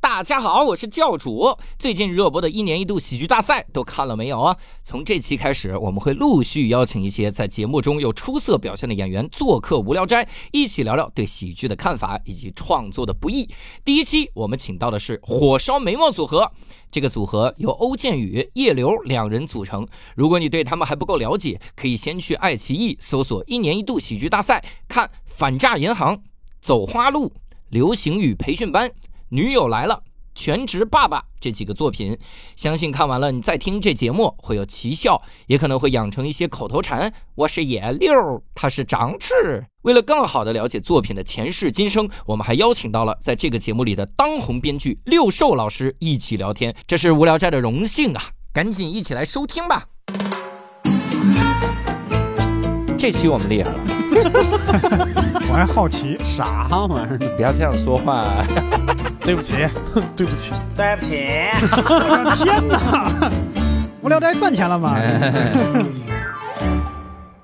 大家好，我是教主。最近热播的一年一度喜剧大赛都看了没有啊？从这期开始，我们会陆续邀请一些在节目中有出色表现的演员做客《无聊斋》，一起聊聊对喜剧的看法以及创作的不易。第一期我们请到的是火烧眉毛组合，这个组合由欧建宇、叶刘两人组成。如果你对他们还不够了解，可以先去爱奇艺搜索“一年一度喜剧大赛”，看《反诈银行》《走花路》《流行语培训班》。女友来了、全职爸爸这几个作品，相信看完了你再听这节目会有奇效，也可能会养成一些口头禅。我是野六，他是长翅。为了更好的了解作品的前世今生，我们还邀请到了在这个节目里的当红编剧六兽老师一起聊天，这是无聊斋的荣幸啊！赶紧一起来收听吧。这期我们厉害了，我还好奇，啥玩意儿？不要这样说话。啊对不起，对不起，对不起，天哪！无聊斋赚钱了吗？哎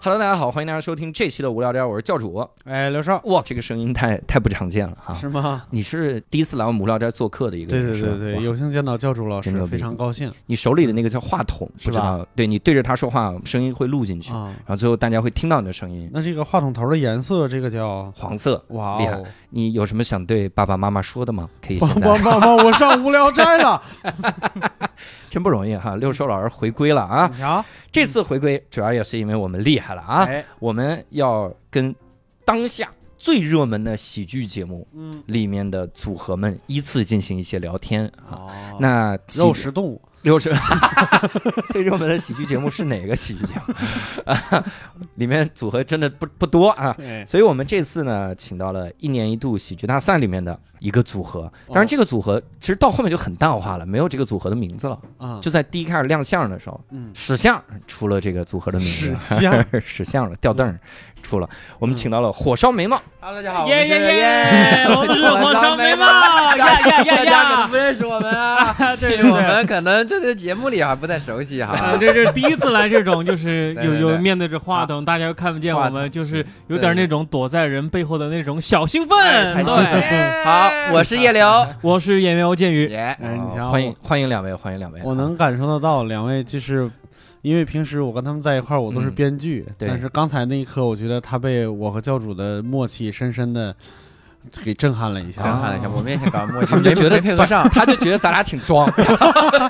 Hello，大家好，欢迎大家收听这期的无聊斋，我是教主。哎，刘少哇，这个声音太太不常见了哈！是吗？你是第一次来我们无聊斋做客的一个对人，对是吧对对，哇有幸见到教主老真牛师，逼非常高兴你手里的那个叫话筒，是不吧知道？对你对着它说话，声音会录进去，啊。然后最后大家会听到你的声音，那这个话筒头的颜色，这个叫黄色。哇厉害哦！你有什么想对爸爸妈妈说的吗？可以棒现在，棒棒棒！我上无聊斋了， 真不容易哈！六兽老师回归了啊！你瞧，这次回归主要也是因为我们厉害了啊！嗯哎，我们要跟当下最热门的喜剧节目嗯，里面的组合们依次进行一些聊天啊。哦，那喜肉 食动物，六十最热门的喜剧节目是哪个喜剧节目？ 里面组合真的不不多啊，哎，所以我们这次呢，请到了一年一度喜剧大赛里面的一个组合。当哦然，这个组合其实到后面就很淡化了，没有这个组合的名字了。啊，就在第一开始亮相的时候，嗯，史相出了这个组合的名字，史啊嗯相 史相了，吊凳儿出了。我们请到了火烧眉毛， Hello，大家好，耶耶我们是耶！我们是火烧眉毛，呀呀呀 大家可能呀！不认识我们啊， 对对我对，们可能这个节目里还不太熟悉啊，哈。这是第一次来这种，就是 对有对对有面对着话筒，大家又看不见我话们，就是有点那种躲在人背后的那种小兴奋。哎太兴奋 对，好，我是叶流， 我是演员欧建宇，耶，哎，你瞧，欢迎欢迎两位，欢迎两位。我能感受得到两位，就是因为平时我跟他们在一块儿，我都是嗯编剧，对但是刚才那一刻，我觉得他被我和教主的默契深深的给震撼了一震下。撼了一下，我们也想搞默他契，们就觉得没配合 上，他就觉得咱俩挺 装，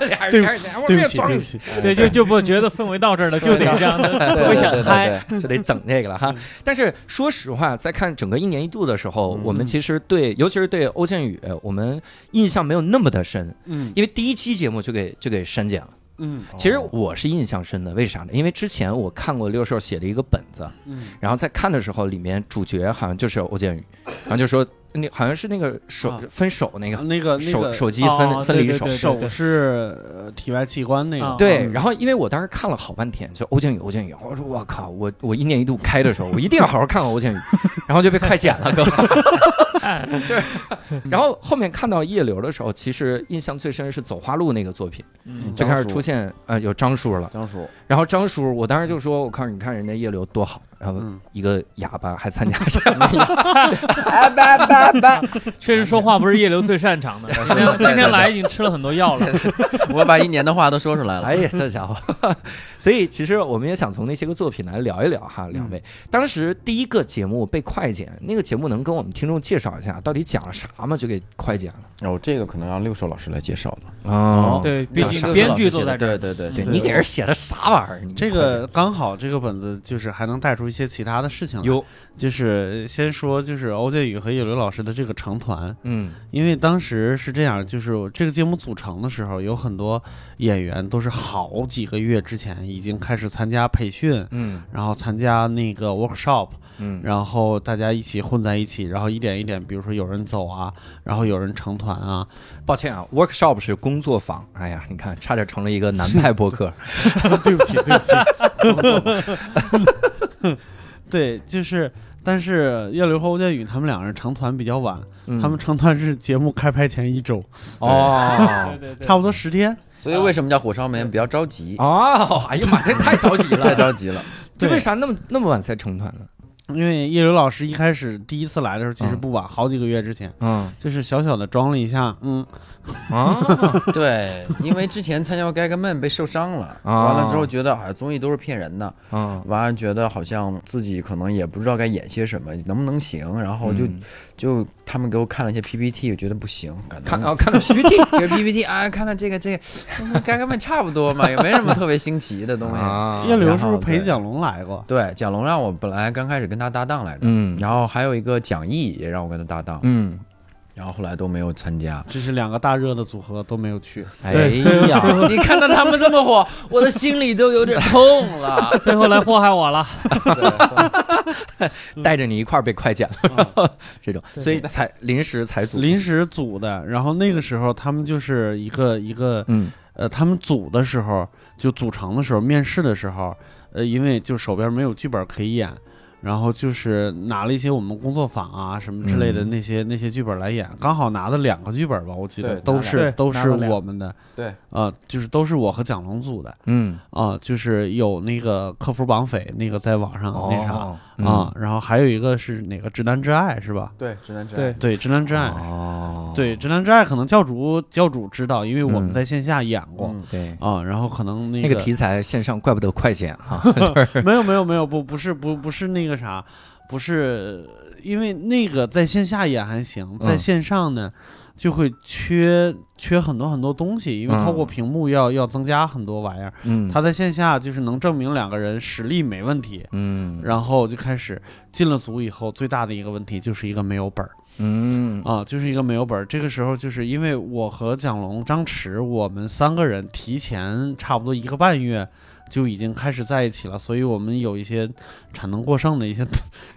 俩人开始讲我对越不起，装对越不起，哎对，就就不觉得氛围到这儿了，就得这样的，对特别想对对嗨。对，就得整这个了哈。但是说实话，在看整个一年一度的时候，嗯我们其实对，尤其是对欧建宇，呃我们印象没有那么的深，嗯因为第一期节目就给就给删减了。嗯其实我是印象深的，为啥呢？因为之前我看过六兽写的一个本子，嗯然后在看的时候，里面主角好像就是欧建宇，然后就说那好像是那个手啊分手呃那个那个手手手机分哦分离手对对对手是呃体外器官那个啊，对，嗯然后因为我当时看了好半天，就欧建宇，欧建宇，我说我靠，我我一年一度开的时候，我一定要好好看看欧建 宇，然后就被快剪了，哥，就是，嗯然后后面看到叶流的时候，其实印象最深是走花路那个作品，嗯就开始出现呃有张叔了，张叔，然后张叔，我当时就说，我靠，你看人家叶流多好，然后嗯一个哑巴还参加这个，哎，拜拜拜， 确实说话不是叶流最擅长的，哦今天今天来已经吃了很多药了。我把一年的话都说出来了。哎呀，这家伙， 所以其实我们也想从那些个作品来聊一聊哈，两位、当时第一个节目被快剪，那个节目能跟我们听众介绍一下到底讲了啥吗？就给快剪了哦，这个可能让六兽老师来介绍了。哦对。对，毕张竟叔编剧坐在这儿，对对嗯对你给人写的啥玩意儿？你这个刚好这个本子就是还能带出一些其他的事情来，有，就是先说就是欧建宇和叶刘老师的这个成团，嗯因为当时是这样，就是这个节目组成的时候，有很多演员都是好几个月之前已经开始参加培训，嗯然后参加那个 workshop，嗯，然后大家一起混在一起，然后一点一点，比如说有人走啊，然后有人成团啊，抱歉啊，workshop 是工作坊。哎呀，你看，差点成了一个南派播客。对不起，对不起。 对，就是，但是叶刘和欧建宇他们两人成团比较晚， 嗯他们成团是节目开拍前一周，哦对对对，差不多十天。所以为什么叫火烧眉？不要着急，啊 哦，哎呀妈，这太着急 太了。 着急了。这对为啥那么那么晚才成团呢？因为叶刘老师一开始第一次来的时候，其实不晚，好几个月之前，嗯就是小小的装了一下，嗯，啊，对，因为之前参加过 g a g m a n 被受伤了，啊完了之后觉得啊综艺都是骗人的，嗯完了觉得好像自己可能也不知道该演些什么，能不能行，然后就、嗯就他们给我看了一些 PPT，我觉得不行，感看觉啊看到 PPT 这个 PPT 啊，看了这个这个跟 g a g m a n 差不多嘛，也没什么特别新奇的东西。啊叶刘然是不是后陪对蒋龙来过？对，蒋龙让我本来刚开始跟他搭档来着，嗯然后还有一个蒋毅也让我跟他搭档，嗯，然后后来都没有参加。这是两个大热的组合都没有去，哎对最后最呀，后 你看到他们这么 火，我的心里都有点痛了。最后来祸害我了。 带着你一块儿被快剪了， 这种，所以才临时才组临时组的。然后那个时候他们就是一个一个，嗯呃，他们组的时候就组成的时候，面试的时候，呃，因为就手边没有剧本可以演。然后就是拿了一些我们工作坊啊什么之类的嗯那些、那些剧本来演，刚好拿了两个剧本吧，我记得对都拿了是两都对是拿了两我们的 对，啊、就是都是我和蒋龙组的嗯啊、就是有那个客服绑匪那个在网上那啥啊、哦嗯然后还有一个是哪个直男之爱是吧？对，直男直对，对，直男之爱，哦对，直男之爱可能教主教主知道，因为我们嗯在线下演过。嗯，对。啊，然后可能那那个、个题材线上，怪不得快剪啊哈，没有没有没有不不是不不是那个啥，不是因为那个在线下演还行，在嗯线上呢、就会缺缺很多很多东西，因为透过嗯屏幕要、要增加很多玩意儿。嗯，他在线下就是能证明两个人实力没问题，嗯，然后就开始进了组以后，最大的一个问题就是一个没有本儿。嗯啊，就是一个没有本儿。这个时候就是因为我和蒋龙、张弛，我们三个人提前差不多一个半月就已经开始在一起了，所以我们有一些产能过剩的一些、一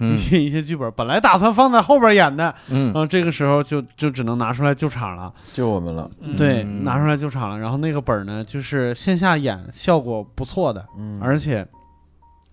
嗯些一些剧本，本来打算放在后边演的，然嗯后这个时候就就只能拿出来救场了。就我们了。嗯对，嗯拿出来救场了。然后那个本儿呢，就是线下演效果不错的，嗯，而且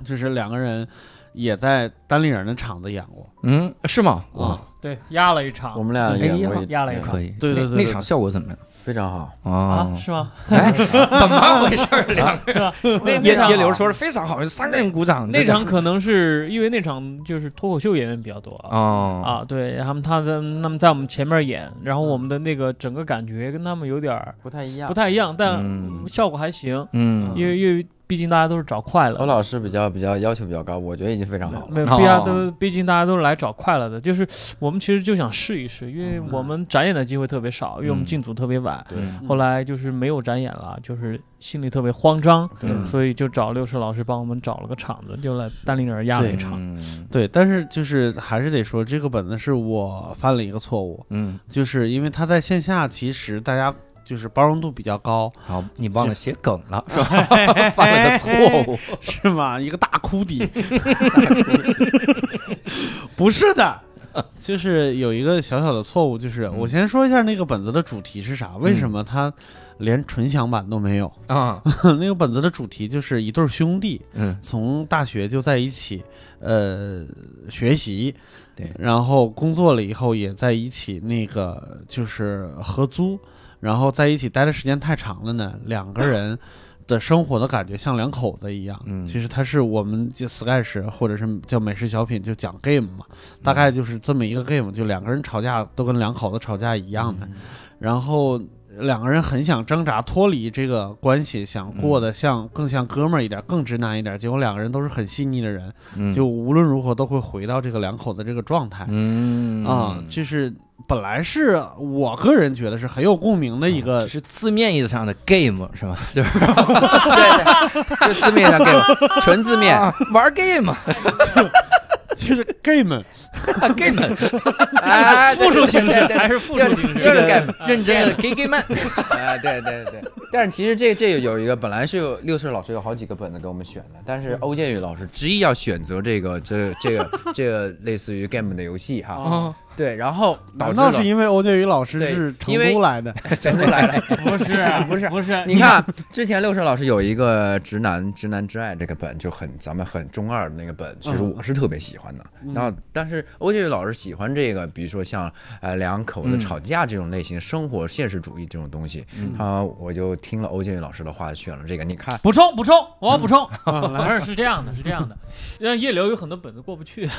就是两个人也在单立人的场子演过。嗯，是吗？啊哇，对，压了一场我。们俩哎呀演过一压了一口可以，对对那对那对场效果怎么样？非常好。啊，哦，是吗？ 哎，怎么回事儿？两个是吧？那人那叶场叶刘说是非常好，三个人鼓掌，那这场可能是因为那场就是脱口秀演员比较多啊。哦啊，对，他们他在那么在我们前面演，然后我们的那个整个感觉跟他们有点儿不太一样不太一样，但嗯效果还行，嗯因为因为毕竟大家都是找快乐我，老师比较比较要求比较高，我觉得已经非常好了。没有，哦毕竟都毕竟大家都是来找快乐的，就是我们其实就想试一试，因为我们展演的机会特别少，因为我们进组特别晚，嗯对嗯后来就是没有展演了，就是心里特别慌张，对嗯所以就找六十老师帮我们找了个场子，就来丹林人压了一场，嗯对，但是就是还是得说，这个本子是我犯了一个错误，嗯，就是因为他在线下其实大家就是包容度比较高，哎好，你忘了写梗了， 是吧？ 犯了个错误，是吗？一个大 哭底，不是的，就是有一个小小的错误，就是嗯我先说一下那个本子的主题是啥，为什么他连纯享版都没有？ 啊，那个本子的主题就是一对儿兄弟，嗯从大学就在一起，呃，学习，对然后工作了以后也在一起，那个就是合租，然后在一起待的时间太长了呢，两个人的生活的感觉像两口子一样。嗯其实它是我们就 sketch 或者是叫美式小品就讲 game 嘛，嗯大概就是这么一个 game，就两个人吵架都跟两口子吵架一样嗯的，然后。两个人很想挣扎脱离这个关系，想过嗯得像更像哥们儿一点，更直男一点。结果两个人都是很细腻的人，嗯就无论如何都会回到这个两口子这个状态嗯啊，就是本来是我个人觉得是很有共鸣的一只个，嗯是字面意思上的 game 是吧？ 就是对对，就字面上给我 啊纯字面，啊 玩 game 嗯 就是 gay 们 game，啊，对复数形式对对 对还是复数就是形式，就是干认真的 gay gay man，啊，对对对。但是其实这这有一个，本来是有六岁老师有好几个本子给我们选的，但是欧哦建宇老师执意要选择这个这这个这个类似于 game 的游戏哈。对，然后导难致道了是因为欧建宇老师对是成因为都 来的？成都来了。 不是啊 不 是不是，啊你看，之前六神老师有一个直男直男之爱这个本就很咱们很中二的那个本，其实嗯我是特别喜欢的。嗯然后，但是欧杰老师喜欢这个，比如说像呃两口子嗯吵架这种类型，生活现实主义这种东西，啊，我就听了欧杰老师的话选了这个。你看，补充补充，我要补充， 不是是这样的，是这样的，让叶流有很多本子过不去，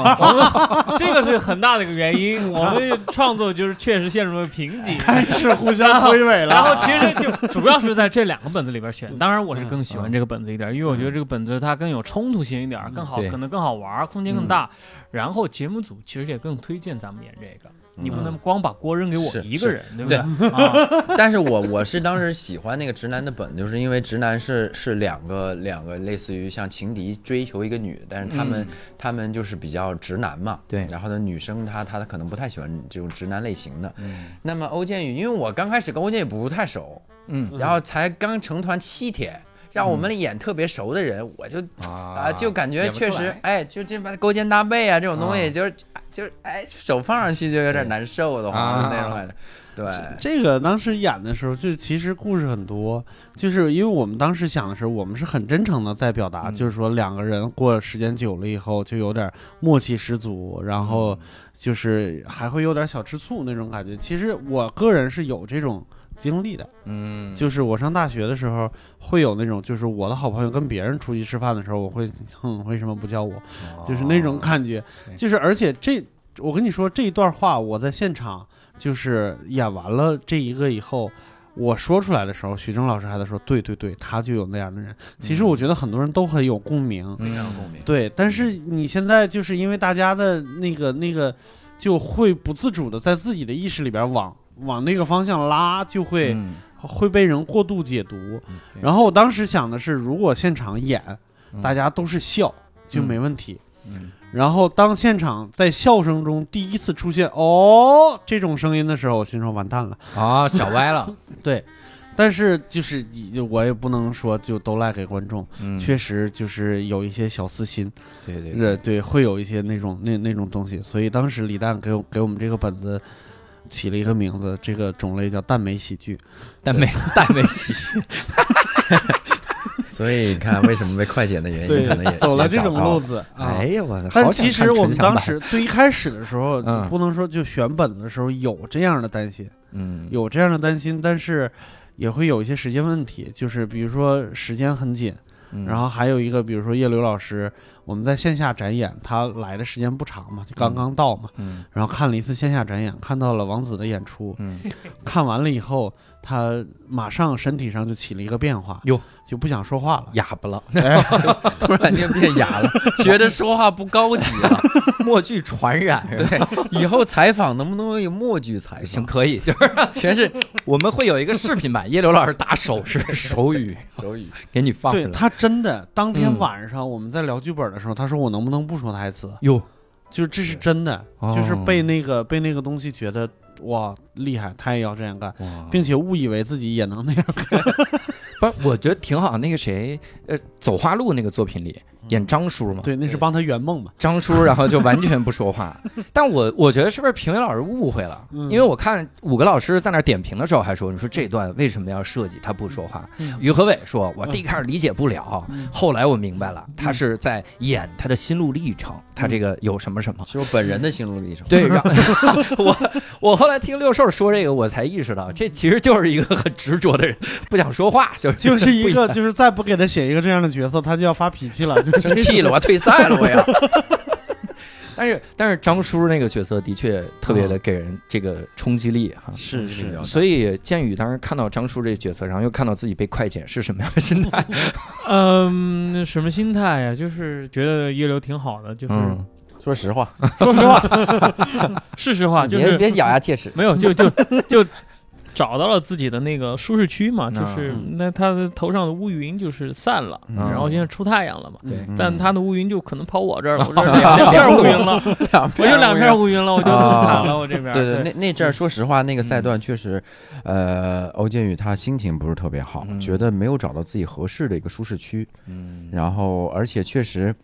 我啊们 这个是很大的一个原因，我们创作就是确实陷入了瓶颈。是互相推诿然了。后其实就主要是在这两个本子里边嗯选，当然我是更喜欢这个本子一点，因为我觉得这个本子它更有冲突性一嗯点，更好，对可能更好玩，空间更大。然后节目组其实也更推荐咱们演这个，你不能光把锅扔给我嗯是一个人，对不对 对？啊，但是我我是当时喜欢那个直男的本，就是因为直男是是两个两个类似于像情敌追求一个女，但是他们、他们就是比较直男嘛。嗯对然后呢，女生她她可能不太喜欢这种直男类型的。嗯那么欧建宇，因为我刚开始跟欧建宇不太熟，嗯，然后才刚成团七天。让我们演特别熟的人，我就啊、就感觉演不出确来嗯实，哎，就这把勾肩搭背啊，这种东西，就是就是哎，手放上去就有点难受的慌，啊就那种感觉。对，这个当时演的时候，就其实故事很多，就是因为我们当时想的是，我们是很真诚的在表达，嗯就是说两个人过时间久了以后，就有点默契十足，然嗯后就是还会有点小吃醋那种感觉。其实我个人是有这种经历的，嗯，就是我上大学的时候会有那种，就是我的好朋友跟别人出去吃饭的时候，我会哼，为什么不叫我？哦就是那种感觉对，就是而且这，我跟你说这一段话，我在现场就是演完了这一个以后，我说出来的时候，徐峥老师还在说，对对对，他就有那样的人。其实我嗯觉得很多人都很有共鸣，非常有共鸣。对，但是你现在就是因为大家的那个那个，就会不自主的在自己的意识里边往往那个方向拉，就会、嗯会被人过度解读。对然后我当时想的是，如果现场演，嗯大家都是笑就没问题。嗯然后当现场在笑声中第一次出现“哦”这种声音的时候，我心说完蛋了。啊，想歪了，对，但是就是以我也不能说就都赖给观众，嗯，确实就是有一些小私心，对对对对，会有一些那种那那种东西。所以当时李诞给我给我们这个本子起了一个名字，这个种类叫“蛋美喜剧但没但没戏，所以你看，为什么被快剪的原”，因，可能也走了这种。也找到路了子 啊。哎呀我，但好其想看实我纯们享当版，时最一开始的时候，嗯就不能说就选本子的时候有这样的担心，嗯，有这样的担心，但是也会有一些时间问题，就是比如说时间很紧，嗯然后还有一个比如说叶刘老师，我们在线下展演，他来的时间不长嘛，就刚刚到嘛，嗯然后看了一次线下展演，看到了王子的演出，嗯看完了以后，他马上身体上就起了一个变化，哟，就不想说话了，哑 巴了，突然间变哑了，觉得说话不高级了。默剧传染，对，以后采访能不能有默剧采行，访？可以，就是全是我们会有一个视频版，叶刘老师打手 势手语手语给你放出对来。他真的当天嗯晚上我们在聊剧本的时候，他说我能不能不说台词？哟，就是这是真的，哦就是被那个被那个东西觉得哇厉害，他也要这样干，哇并且误以为自己也能那样。不是，我觉得挺好。那个谁，呃，《走花路》那个作品里演张叔嘛，嗯对，那是帮他 圆梦嘛。张叔，然后就完全不说 话。但我我觉得是不是评委老师误会了？嗯因为我看五个老师在那儿点评的时候还说，你说这段为什么要设计他不说话？嗯于和伟说，我第一开始理解不了，后来我明白了，他是在演他的心路历程，他这嗯个有什么什么。是我本人的心路 历程。对，然后 我我后来听六兽说这个，我才意识到，这其实就是一个很执着的人，不想说话，就是就是一不个，就是再不给他写一个这样的角色，他就要发脾气了，就是生气了，我要退赛了，我要。但是但是张叔那个角色的确特别的给人这个冲击力哈。是这个比较啊所以建宇当时看到张叔这个角色，然后又看到自己被快剪，是什么样的心态？嗯，什么心态呀？就是觉得叶流挺好的，就是嗯，说实话， 说实话，是实话，啊就别是别咬牙切齿。没有，就就就找到了自己的那个舒适区嘛，就是嗯那他的头上的乌云就是散了，嗯然后现在出太阳了嘛。对嗯但 他的乌云就可能跑我这儿了，我这儿两两片乌云了，我就两片乌云了，我就更惨了，我这边。对对，那那阵儿说实话，那个赛段确实，呃，欧建宇他心情不是特别好，嗯觉得没有找到自己合适的一个舒适区。嗯然后而且确实，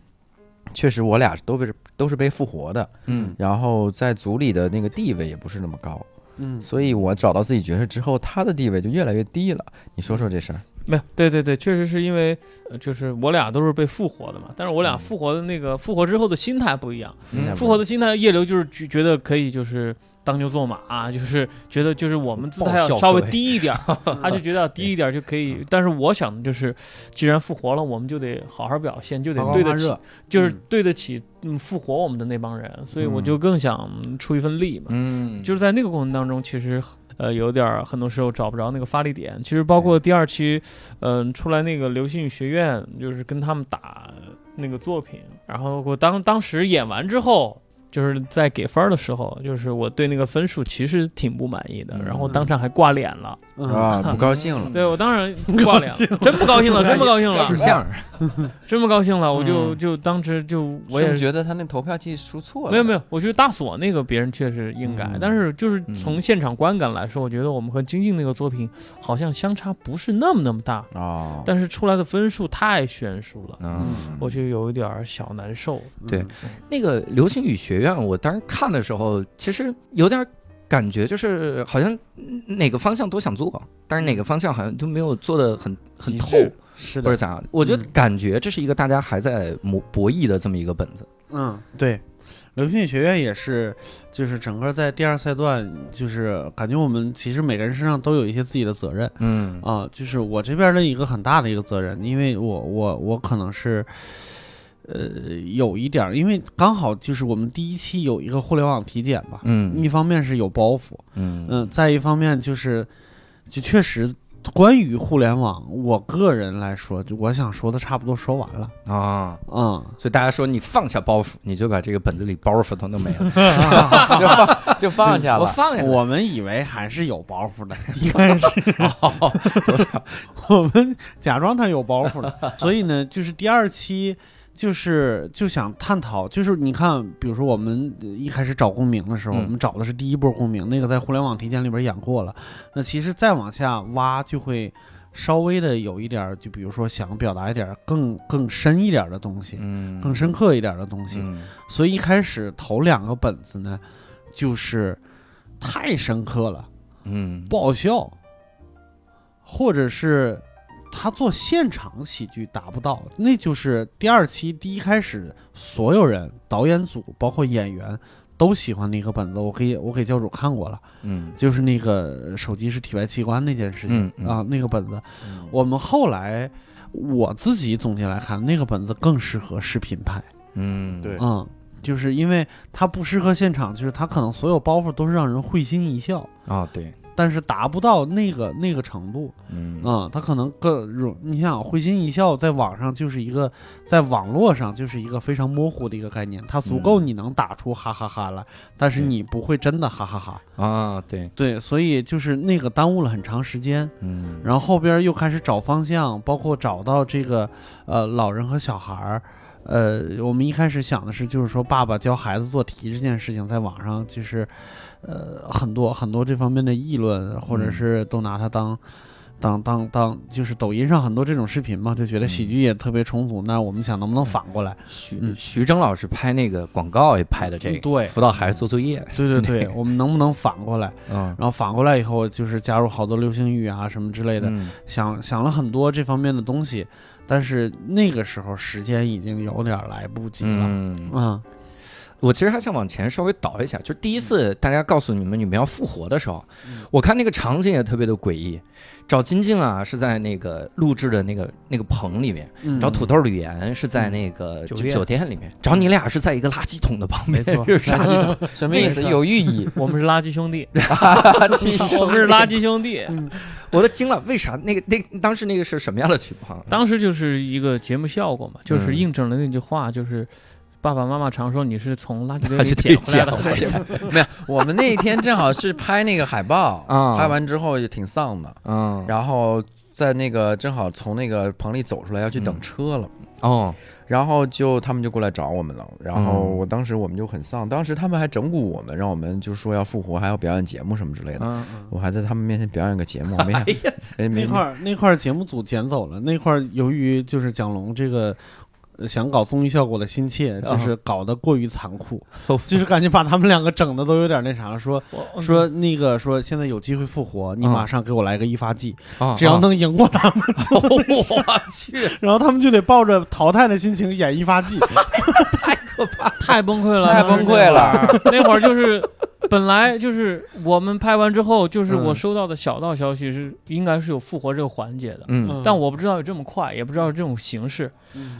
确实我俩都被都是被复活的，嗯，然后在组里的那个地位也不是那么高，嗯，所以我找到自己角色之后，他的地位就越来越低了。你说说这事儿？没有，对对对，确实是因为，呃就是我俩都是被复活的嘛，但是我俩复活的那个复活之后的心态不一样，嗯复活的心态，叶流就是觉觉得可以就是。当牛做马、啊，就是觉得就是我们姿态要爆笑稍微各位低一点儿，他就觉得要低一点儿就可以。但是我想的就是，既然复活了，我们就得好好表现，就得对得起热，就是嗯对得起嗯复活我们的那帮人，所以我就更想嗯出一份力嘛。嗯，就是在那个过程当中，其实呃有点儿很多时候找不着那个发力点。其实包括第二期，嗯、出来那个流星雨学院，就是跟他们打那个作品，然后我当当时演完之后。就是在给分儿的时候，就是我对那个分数其实挺不满意的，然后当场还挂脸了。嗯，啊，不高兴了。 对我当然挂 脸了，真不高兴了，真不高兴了，相，真不高兴了。我就就当时就我也是觉得他那投票器输错了。没有没有，我觉得大锁那个别人确实应该，但是就是从现场观感来说，我觉得我们和金靖那个作品好像相差不是那么那么大，哦有啊，但是出来的分数太悬殊了，嗯，我就有一点儿小难受。嗯那个《流星雨学院》，我当时看的时候，其实有点感觉，就是好像嗯哪个方向都想做，但是哪个方向好像都没有做的很很极透，致是或者的，咋样？我觉得感觉这是一个大家还在磨博弈的这么一个本子。嗯，对。流星雨学院也是，就是整个在第二赛段，就是感觉我们其实每个人身上都有一些自己的责任，嗯啊，就是我这边的一个很大的一个责任，因为我我我可能是，呃，有一点儿，因为刚好就是我们第一期有一个互联网体检吧，嗯一方面是有包袱，嗯嗯、再一方面就是，就确实关于互联网，我个人来说，就我想说的差不多说完了，啊，嗯，所以大家说你放下包袱，你就把这个本子里包袱都弄没了。 嗯就放就放下我了。放下了，我们以为还是有包袱的， 应该是，哦我们假装他有包 袱了。所以呢，就是第二期，就是就想探讨，就是你看，比如说我们呃一开始找共鸣的时候，嗯我们找的是第一波共鸣，那个在互联网体检里边演过了。那其实再往下挖，就会稍微的有一点儿，就比如说想表达一点儿更更深一点儿的东西，嗯更深刻一点儿的东西。嗯所以一开始头两个本子呢，就是太深刻了，嗯不好笑，或者是他做现场喜剧达不到，那就是第二期第一开始所有人导演组包括演员。都喜欢那个本子，我给我给教主看过了，嗯就是那个呃手机是体外器官那件事情、嗯嗯嗯啊，那个本子，我们后来我自己总结来看，那个本子更适合视频拍。嗯，对嗯，就是因为它不适合现场，就是它可能所有包袱都是让人会心一笑，啊对，但是达不到那个那个程度。嗯嗯，它可能更容，你想会心一笑，在网上就是一个，在网络上就是一个非常模糊的一个概念，它足够嗯你能打出哈哈哈来，但是对你不会真的哈哈哈。啊对，对，所以就是那个耽误了很长时间。嗯然后后边又开始找方向，包括找到这个呃老人和小孩儿。呃，我们一开始想的是，就是说爸爸教孩子做题这件事情，在网上就是呃很多很多这方面的议论，或者嗯是都拿它当。当当当，就是抖音上很多这种视频嘛，就觉得喜剧也特别重组。那我们想能不能反过来？徐嗯徐峥老师拍那个广告也拍的这个，嗯对辅导孩子做作业，对对对，我们能不能反过来？嗯，然后反过来以后，就是加入好多流星雨啊什么之类的。嗯想想了很多这方面的东西，但是那个时候时间已经有点来不及了。嗯，嗯我其实还想往前稍微倒一下，就是第一次大家告诉你们你们要复活的时候，我看那个场景也特别的诡异。找金靖啊是在那个录制的那个那个棚里面，嗯，找土豆吕岩是在那个酒就店酒店里面，找你俩是在一个垃圾桶的旁边，没错就是垃圾桶。什么那意个思？有寓意， 我们是垃圾兄弟，其实我们是垃圾兄弟。我都惊了，为啥？那个那当时那个是什么样的情况？当时就是一个节目效果嘛，就是印证了那句话，就是爸爸妈妈常说你是从垃圾堆垃圾堆里捡回来捡的。没有，我们那一天正好是拍那个海报啊拍完之后也挺丧的，嗯，然后在那个正好从那个棚里走出来要去等车了，哦，然后就他们就过来找我们了，然后嗯我当时我们就很丧，当时他们还整蛊我们，让我们就说要复活，还要表演节目什么之类的，嗯，我还在他们面前表演个节目，没想，哎没那块儿那块儿节目组捡走了，那块儿由于就是蒋龙这个。呃想搞综艺效果的心切，就是搞得过于残酷，就是感觉把他们两个整的都有点那啥，说 我 说那个说现在有机会复活，你嗯马上给我来个一发技，啊只要能赢过他们，啊我去， 然后他们就得抱着淘汰的心情演一发技，太崩溃了，太当时崩溃了那会儿。那会儿 就是，本来就是我们拍完之后，就是嗯我收到的小道消息是应该是有复活这个环节的，嗯但我不知道有这么快，也不知道有这种形式，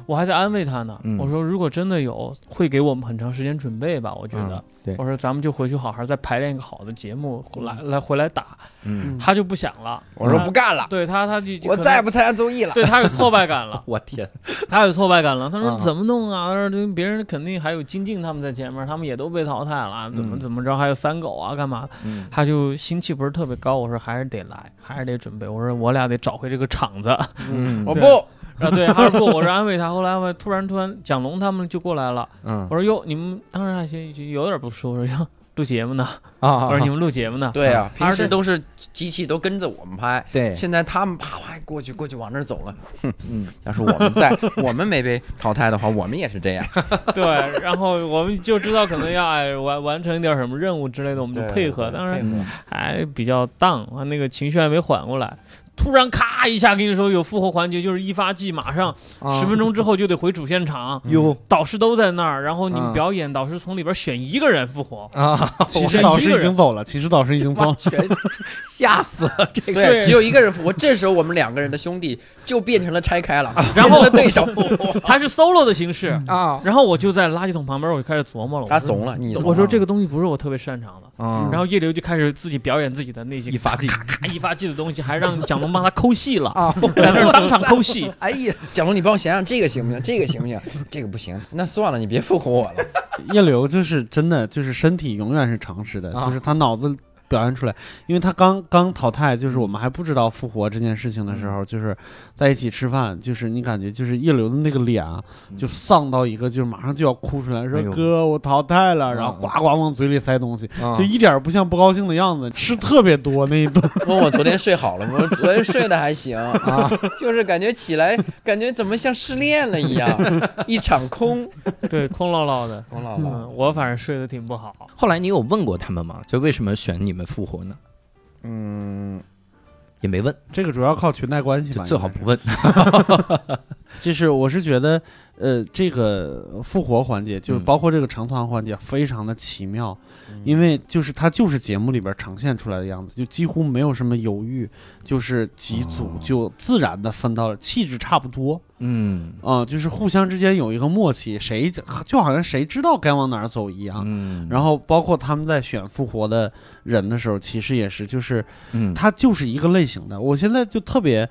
我还在安慰他呢。嗯我说如果真的有，会给我们很长时间准备吧，我觉得。嗯对我说咱们就回去好好再排练一个好的节目，来来回来打。嗯，他就不想了，我说不干了，对他他就我再也不参加综艺了。，对他有挫败感了我天，他有挫败感了。他说啊怎么弄啊？他说别人肯定还有金靖他们在前面，他们也都被淘汰了，啊怎么怎么着？还有三狗啊，干嘛？嗯，他就心气不是特别高。我说还是得来，还是得准备。我说我俩得找回这个场子。 嗯我对不，啊，对，还是不，我是安慰他。后来安慰，突然突然蒋龙他们就过来了，嗯我说哟，你们当时还行，就有点不舒服，我说哟录节目呢，啊我说你们录节目呢，对啊，他平说时都是机器都跟着我们拍，对现在他们啪啪过去过去往那儿走了，哼，嗯，要是我们在，我们没被淘汰的话，我们也是这样，对，然后我们就知道可能要哎完完成一点什么任务之类的，我们就配合。当时嗯配合还比较荡，啊那个情绪还没缓过来，突然咔一下跟你说有复活环节，就是一发技，马上啊嗯十分钟之后就得回主现场。哟，导师都在那儿，然后你嗯们表演，导师从里边选一个人复活， 啊，其我实还导一师个已经人走了，其实导师已经走了，全 吓死了这个。对，对只有一个人复活。这时候我们两个人的兄弟就变成了拆开了，然后变成了对手， 他是 solo 的形式，啊然后我就在垃圾桶旁边，我就开始琢磨了。他我说怂了，你我说这个东西不是我特别擅长的。啊然后叶流就开始自己表演自己的那些一发技咔咔咔一发技的东西，还让蒋龙帮他抠戏 了，啊，在那儿当场抠戏。 哎呀，蒋龙，你帮我想想这个行不行？这个行不 行？这个不行，那算了，你别复活我 了。叶流就是真的，就是身体永远是诚实的，啊就是他脑子表现出来，因为他刚刚淘汰，就是我们还不知道复活这件事情的时候，就是在一起吃饭，就是你感觉就是叶流的那个脸啊，就丧到一个，就是马上就要哭出来，说哎呦哥我淘汰了，嗯然后呱呱往嘴里塞东西，啊就一点儿不像不高兴的样子，吃特别多那一顿，问我昨天睡好了吗？我昨天睡得还行啊，就是感觉起来感觉怎么像失恋了 一样，一场空。对，空落落的。冯老嗯，我反正睡得挺不好。后来你有问过他们吗？就为什么选你们复活呢？嗯，也没问， 这个主要靠裙带关系就吧，最应好该是不问。就是我是觉得，呃，这个复活环节，就是嗯包括这个成团环节，非常的奇妙，因为就是它就是节目里边呈现出来的样子，就几乎没有什么犹豫，就是几组就自然的分到了，气质差不多嗯啊、就是互相之间有一个默契，谁就好像谁知道该往哪儿走一样。嗯然后包括他们在选复活的人的时候，其实也是就是嗯它就是一个类型的。我现在就特别，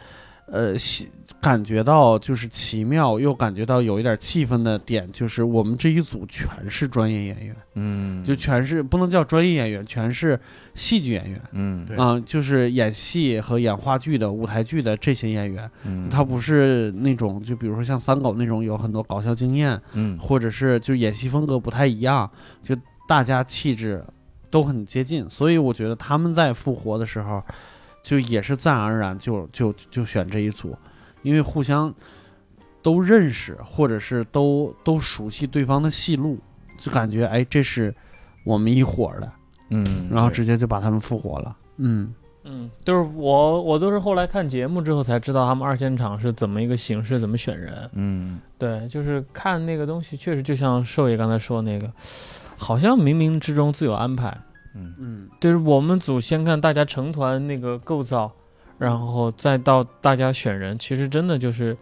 呃，喜感觉到就是奇妙，又感觉到有一点气氛的点，就是我们这一组全是专业演员，嗯就全是不能叫专业演员，全是戏剧演员。嗯对啊、就是演戏和演话剧的、舞台剧的这些演员，嗯他不是那种就比如说像三狗那种有很多搞笑经验，嗯或者是就演戏风格不太一样，就大家气质都很接近，所以我觉得他们在复活的时候，就也是自然而然就就就选这一组，因为互相都认识，或者是都都熟悉对方的戏路，就感觉哎这是我们一伙儿的，嗯然后直接就把他们复活了。嗯，嗯，就是我，我都是后来看节目之后才知道他们二现场是怎么一个形式，怎么选人。嗯对，就是看那个东西，确实就像寿爷刚才说那个，好像冥冥之中自有安排。嗯，就是我们组先看大家成团那个构造，然后再到大家选人，其实真的就是，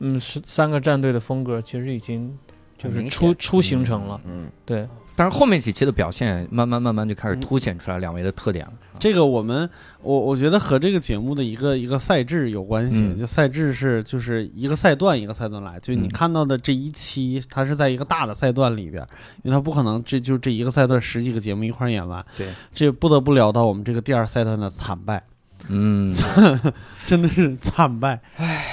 嗯，是三个战队的风格其实已经就很是明出显出形成了。嗯，对，但是后面几期的表现，慢慢慢慢就开始凸显出来两位的特点了。这个我们我我觉得和这个节目的一个一个赛制有关系，嗯就赛制是就是一个赛段一个赛段来，就你嗯看到的这一期，它是在一个大的赛段里边，因为它不可能这就这一个赛段十几个节目一块儿演完，对，这不得不聊到我们这个第二赛段的惨 败，嗯真的是惨败，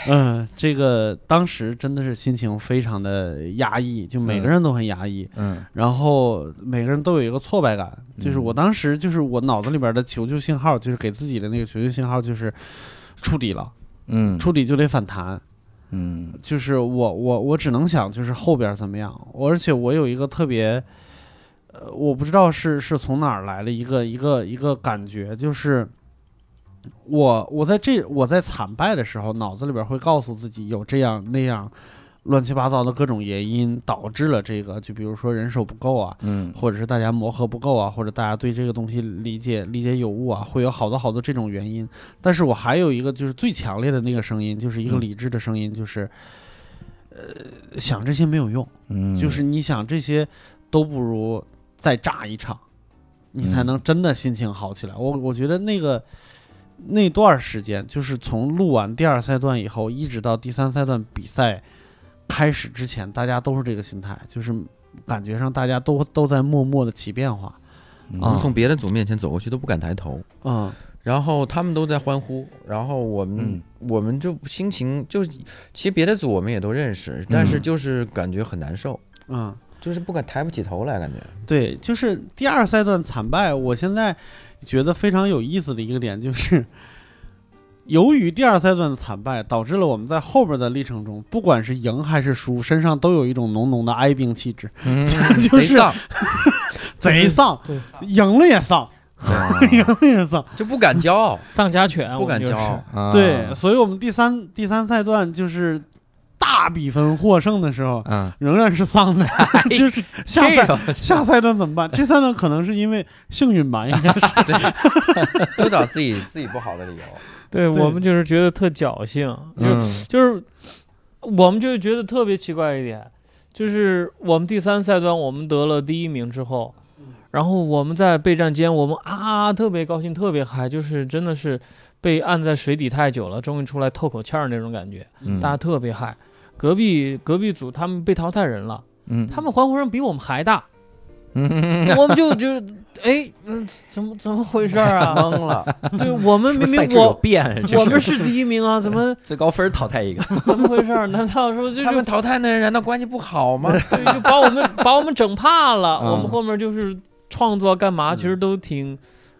嗯，这个当时真的是心情非常的压抑，就每个人都很压抑，嗯然后每个人都有一个挫败感，就是我当时就是我脑子里边的求救信号，就是给自己的那个求救信号就是触底了，嗯触底就得反弹，嗯就是我我我只能想就是后边怎么样，我而且我有一个特别，呃，我不知道是是从哪儿来了一个一个一个感觉，就是我我在这我在惨败的时候，脑子里边会告诉自己有这样那样乱七八糟的各种原因导致了这个，就比如说人手不够啊，嗯或者是大家磨合不够啊，或者大家对这个东西理解理解有误啊，会有好多好多这种原因。但是我还有一个就是最强烈的那个声音，就是一个嗯理智的声音，就是，呃，想这些没有用，嗯就是你想这些都不如再炸一场，你才嗯能真的心情好起来。我我觉得那个。那段儿时间就是从录完第二赛段以后，一直到第三赛段比赛开始之前，大家都是这个心态，就是感觉上大家都都在默默的起变化。我嗯啊们从别的组面前走过去都不敢抬头，嗯然后他们都在欢呼，然后我们、我们就心情就，其实别的组我们也都认识，但是就是感觉很难受，嗯，嗯就是不敢抬不起头来，感觉。对，就是第二赛段惨败，我现在觉得非常有意思的一个点就是，由于第二赛段的惨败，导致了我们在后边的历程中，不管是赢还是输，身上都有一种浓浓的哀兵气质， 嗯就贼是丧，贼丧，对，赢了也丧，啊赢了也丧。就不敢骄傲，丧家犬，不敢骄傲，啊对，所以我们第三第三赛段就是大比分获胜的时候，嗯仍然是丧的， 就是下哎这赛个下赛段怎么办？这赛段可能是因为幸运吧，应该是啊都找自己自己不好 的理由。对对我们就是觉得特侥幸，就是嗯就是我们就是觉得特别奇怪一点，就是我们第三赛段我们得了第一名之后，嗯然后我们在备战间我们啊特别高兴，特别嗨，就是真的是被按在水底太久了，终于出来透口气儿那种感觉，嗯大家特别嗨。隔壁隔壁组他们被淘汰人了，嗯他们欢呼声比我们还大，嗯我们就就哎，嗯，怎么怎么回事儿 啊？懵了，对我们是不明是明赛制有 我变，这我们是第一名啊，怎么 最高分淘汰一个，怎么回事儿？难道说就他是们淘汰的人难道关系不好吗？对，就把我们把我们整怕了。嗯我们后面就是创作干嘛，其实都挺，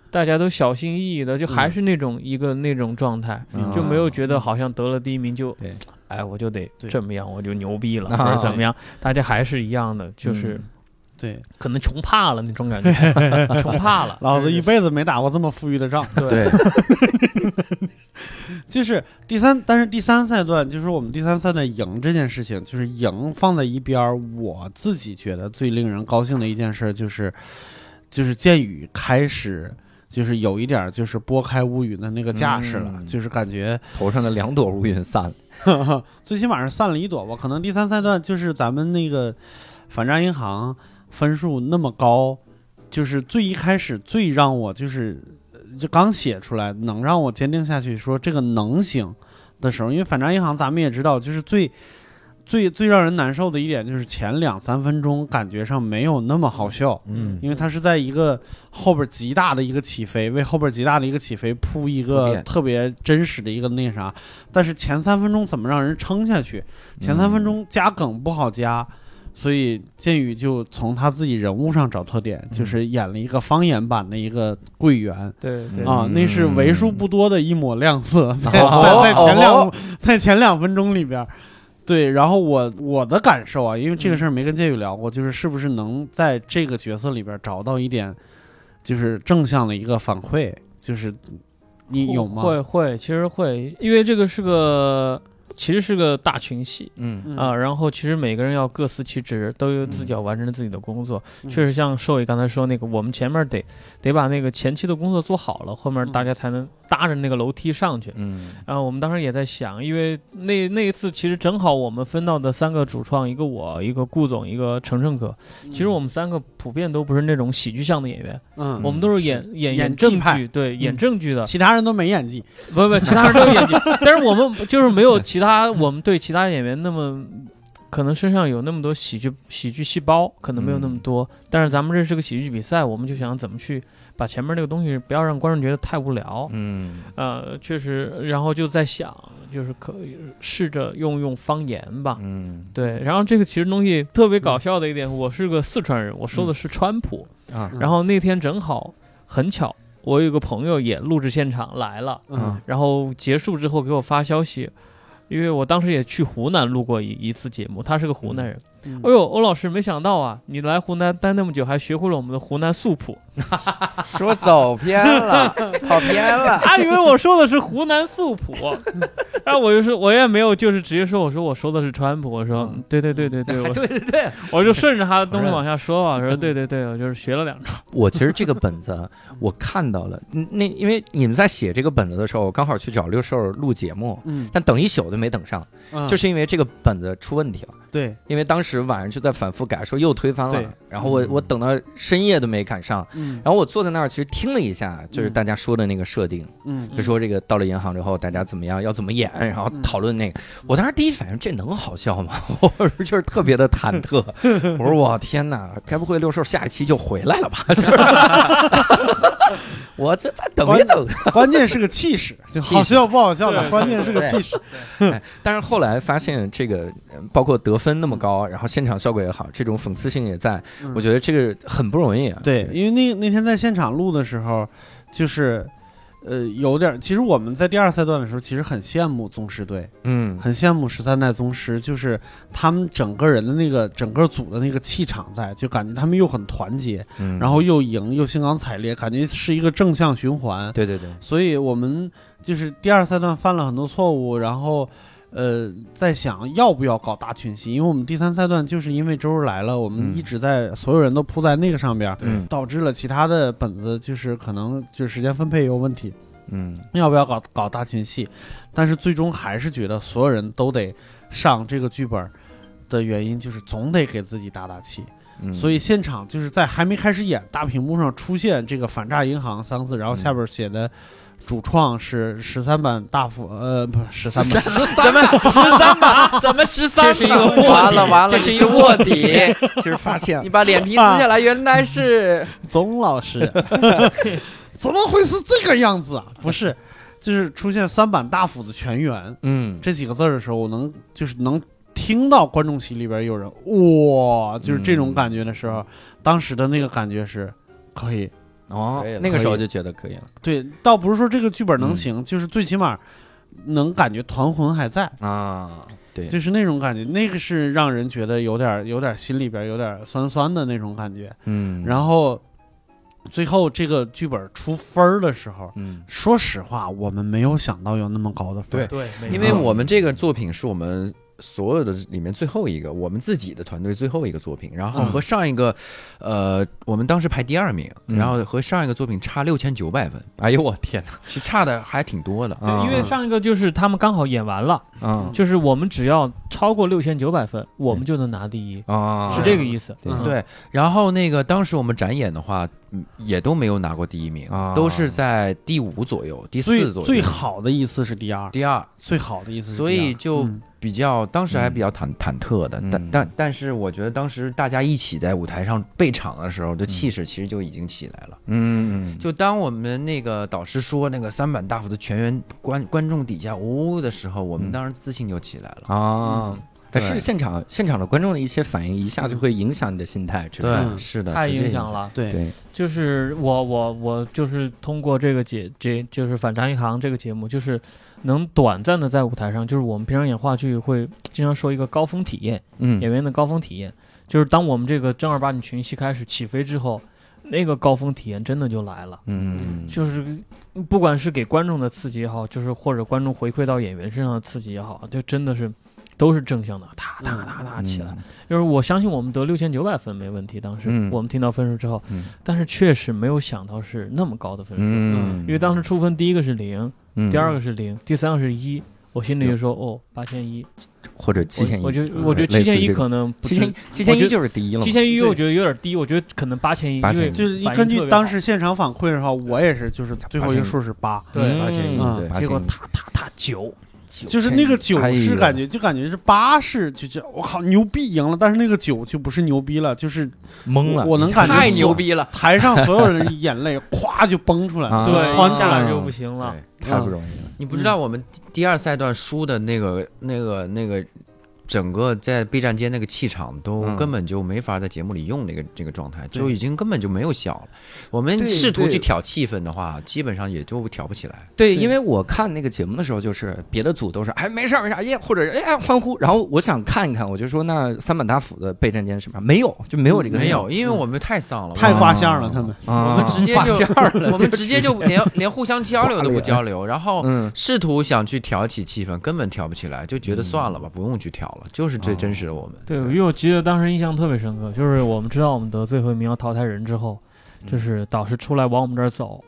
大家都小心翼翼的，就还是那种一个那种状态，嗯就没有觉得好像得了第一名就对，哎，我就得对这么样，我就牛逼了，啊或者怎么样，大家还是一样的，就是对，可能穷怕了那种感觉， 穷怕 了。老子一辈子没打过这么富裕的仗。对，就是第三，但是第三赛段，就是我们第三赛段赢这件事情，就是赢放在一边儿，我自己觉得最令人高兴的一件事就是，就是剑雨开始。就是有一点，就是拨开乌云的那个架势了，嗯就是感觉头上的两朵乌云散了，呵呵 最起码是散了一朵吧。可能第三赛段就是咱们那个反诈银行分数那么高，就是最一开始最让我就是呃就刚写出来能让我坚定下去说这个能行的时候，因为反诈银行咱们也知道，就是最最最让人难受的一点就是前两三分钟感觉上没有那么好笑。嗯，因为它是在一个后边极大的一个起飞，为后边极大的一个起飞铺一铺个垫特别真实的一个那啥。但是前三分钟怎么让人撑下去？前三分钟加梗不好加，所以剑宇就从他自己人物上找特嗯点，就是演了一个方言版的一个桂圆。对对嗯啊，那是为数不多的一抹亮色，在哦在在前两、哦 在前两分钟里边儿，对。然后我我的感受啊，因为这个事儿没跟建宇聊过，就是是不是能在这个角色里边儿找到一点，就是正向的一个反馈，就是你有吗？会会，其实会，因为这个是个其实是个大群戏，嗯嗯啊，然后其实每个人要各司其职，都有自己要完成自己的工作。嗯确实，像寿爷刚才说那个，我们前面得得把那个前期的工作做好了，后面嗯大家才能搭着那个楼梯上去。嗯然后我们当时也在想，因为那那一次其实正好我们分到的三个主创，一个我，一个顾总，一个程程哥。其实我们三个普遍都不是那种喜剧向的演员，嗯，我们都是演演演技正派剧，对，演嗯正剧的。其他人都没演技，不不，其他人都有演技， 但是我们就是没有其他，我们对其他演员那么可能身上有那么多喜剧喜剧细胞，可能没有那么多。嗯但是咱们这是个喜剧比赛，我们就想怎么去把前面那个东西不要让观众觉得太无聊。嗯呃，确实，然后就在想，就是可以试着用用方言吧。嗯对，然后这个其实东西特别搞笑的一点，我是个四川人，我说嗯的是川普。啊然后那天正好很巧，我有个朋友也录制现场来了，嗯然后结束之后给我发消息，因为我当时也去湖南录过一一次节目，他是个湖南人。嗯哎呦，欧老师，没想到啊，你来湖南待那么久，还学会了我们的湖南素谱。说走偏了，跑偏 了。他以为我说的是湖南素 谱，然后我就说，我也没有，就是直接说，我说我说的是川普，我说对对对对对， 我对嗯对对， 我就顺着他的东西往下说啊吧，我说对对对，我就是学了两招。我其实这个本子啊 我看到了，嗯那因为你们在写这个本子的时候，我刚好去找六兽录节目，嗯，但等一宿都没等上，嗯就是因为这个本子出问题了。对，因为当时晚上就在反复改，说又推翻对了，然后我我等到深夜都没赶上，嗯然后我坐在那儿其实听了一下，就是大家说的那个设定，嗯就说这个到了银行之后大家怎么样，要怎么演，然后讨论那个。我当时第一反应这能好笑吗？ 我就是特别的忐忑，我说我天哪，该不会六兽下一期就回来了吧？ 我这再等一等。关键是个气势，就气势好笑不好笑的，对关键是个气势。但是后来发现这个，呃包括得分那么高，然后现场效果也好，这种讽刺性也在，嗯我觉得这个很不容易啊。对，因为那那天在现场录的时候，就是，呃，有点儿。其实我们在第二赛段的时候，其实很羡慕宗师队，嗯，很羡慕十三代宗师，就是他们整个人的那个整个组的那个气场在，就感觉他们又很团结，嗯然后又赢又兴高采烈，感觉是一个正向循环。对对对，所以我们就是第二赛段犯了很多错误，然后。呃，在想要不要搞大群戏，因为我们第三赛段就是因为周日来了，我们嗯一直在、所有人都扑在那个上边儿，嗯导致了其他的本子就是可能就是时间分配有问题，嗯要不要搞搞大群戏？但是最终还是觉得所有人都得上这个剧本的原因就是总得给自己打打气，嗯，所以现场就是在还没开始演，大屏幕上出现这个“反诈银行”三个字，然后下边写的主创是十三版大副，呃，不是十三版，十三吧，十三吧，怎么十三？这是一个卧底，完了完了，这是你一是个卧底，其实发现你把脸皮撕下来，原来是 宗老 师，怎么会是这个样子啊？不是，就是出现三板大斧的全员嗯，这几个字儿的时候，我能就是能听到观众席里边有人哇，就是这种感觉的时候，当时的那个感觉是可以。哦可以了，那个时候可就觉得可以了对，倒不是说这个剧本能嗯行，就是最起码能感觉团魂还在，啊，对就是那种感觉，那个是让人觉得有点儿有点儿心里边儿有点儿酸酸的那种感觉。嗯，后然后最后这个剧本出分儿的时候，嗯说实话，我们没有想到有那么高的分儿。对对，因为我们这个作品是我们所有的里面最后一个，我们自己的团队最后一个作品，嗯然后和上一个，呃，我们当时排第二名，嗯然后和上一个作品差六千九百分，哎呦我天哪，其实差的还挺多的。对，因为上一个就是他们刚好演完了，啊就是我们只要超过六千九百分，我们就能拿第一，啊是这个意思。嗯对，然后那个当时我们展演的话，嗯也都没有拿过第一名，哦啊都是在第五左右、第最四左右、最好的一次是第二，第二，最好的一次是第二。所以就嗯比较当时还比较忐忐忑的，嗯但但但是我觉得当时大家一起在舞台上备场的时候，嗯这气势其实就已经起来了。嗯嗯就当我们那个导师说那个三板大斧的全员观观众底下呜呜的时候，我们嗯当时自信就起来了。哦啊。但对是现场现场的观众的一些反应，一下就会影响你的心态，知道吗对，是的，太啊直接影响。了，对对，就是我我我就是通过这个节这就是反诈银行这个节目，就是能短暂的在舞台上，就是我们平常演话剧会经常说一个高峰体验，演嗯，员的高峰体验，就是当我们这个正儿八经群戏开始起飞之后，那个高峰体验真的就来了。嗯，就是不管是给观众的刺激也好，就是或者观众回馈到演员身上的刺激也好，就真的是都是正向的，哒哒哒嗯哒起来。就是我相信我们得六千九百分没问题，当时嗯我们听到分数之后，嗯但是确实没有想到是那么高的分数，嗯，因为当时出分第一个是零，嗯第二个是零，第三个是一。我心里就说哦，八千一，或者七千一，呃我我觉得我觉得七千一可能不七是千七千一就是第一了嘛，七千一，对我觉得有点低，我觉得可能八千一，因为8100就是反应根特据别当好时现场反馈的话，我也是，就是最后一个数是八，对，八千一嗯对对，啊结果他他他九，就是那个九哎是呦感觉就感觉是八是就就我靠牛逼赢了，但是那个九就不是牛逼了，就是懵了，我能一下感觉太牛逼了！台上所有人眼泪咵就崩出来，啊对，窜一出下来来就不行啊了。太不容易了，啊你不知道我们第二赛段输的那个、那个、那个整个在备战街那个气场都嗯根本就没法在节目里用那个这个状态，对就已经根本就没有笑了。我们对试图对去挑气氛的话，基本上也就挑不起来。对，因为我看那个节目的时候，就是别的组都是哎没事儿没事儿，耶，或者是哎欢呼，然后我想看一看，我就说那三板大斧的备战间是什么样？没有，就没有这个没节有，目因为我们太丧了，太我画像了，他们啊，我们直接挂就线儿了，我们直接就连连互相交流都不交流，然后嗯试图想去挑起气氛，根本挑不起来，就觉得算了吧，不用去挑了，就是最真实的我们。对，因为我记得当时印象特别深刻，就是我们知道我们得最后一名要淘汰人之后，就是导师出来往我们这儿走，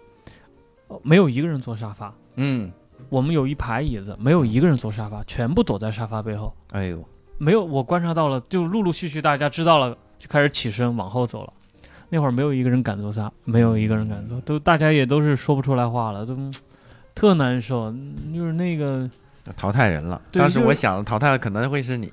呃没有一个人坐沙发，嗯，我们有一排椅子，没有一个人坐沙发，全部躲在沙发背后。哎呦，没有，我观察到了，就陆陆续续大家知道了，就开始起身往后走了。那会儿没有一个人敢坐下，没有一个人敢坐，都大家也都是说不出来话了，都嗯特难受。嗯就是那个淘汰人了，对当时就是我想淘汰的可能会是你，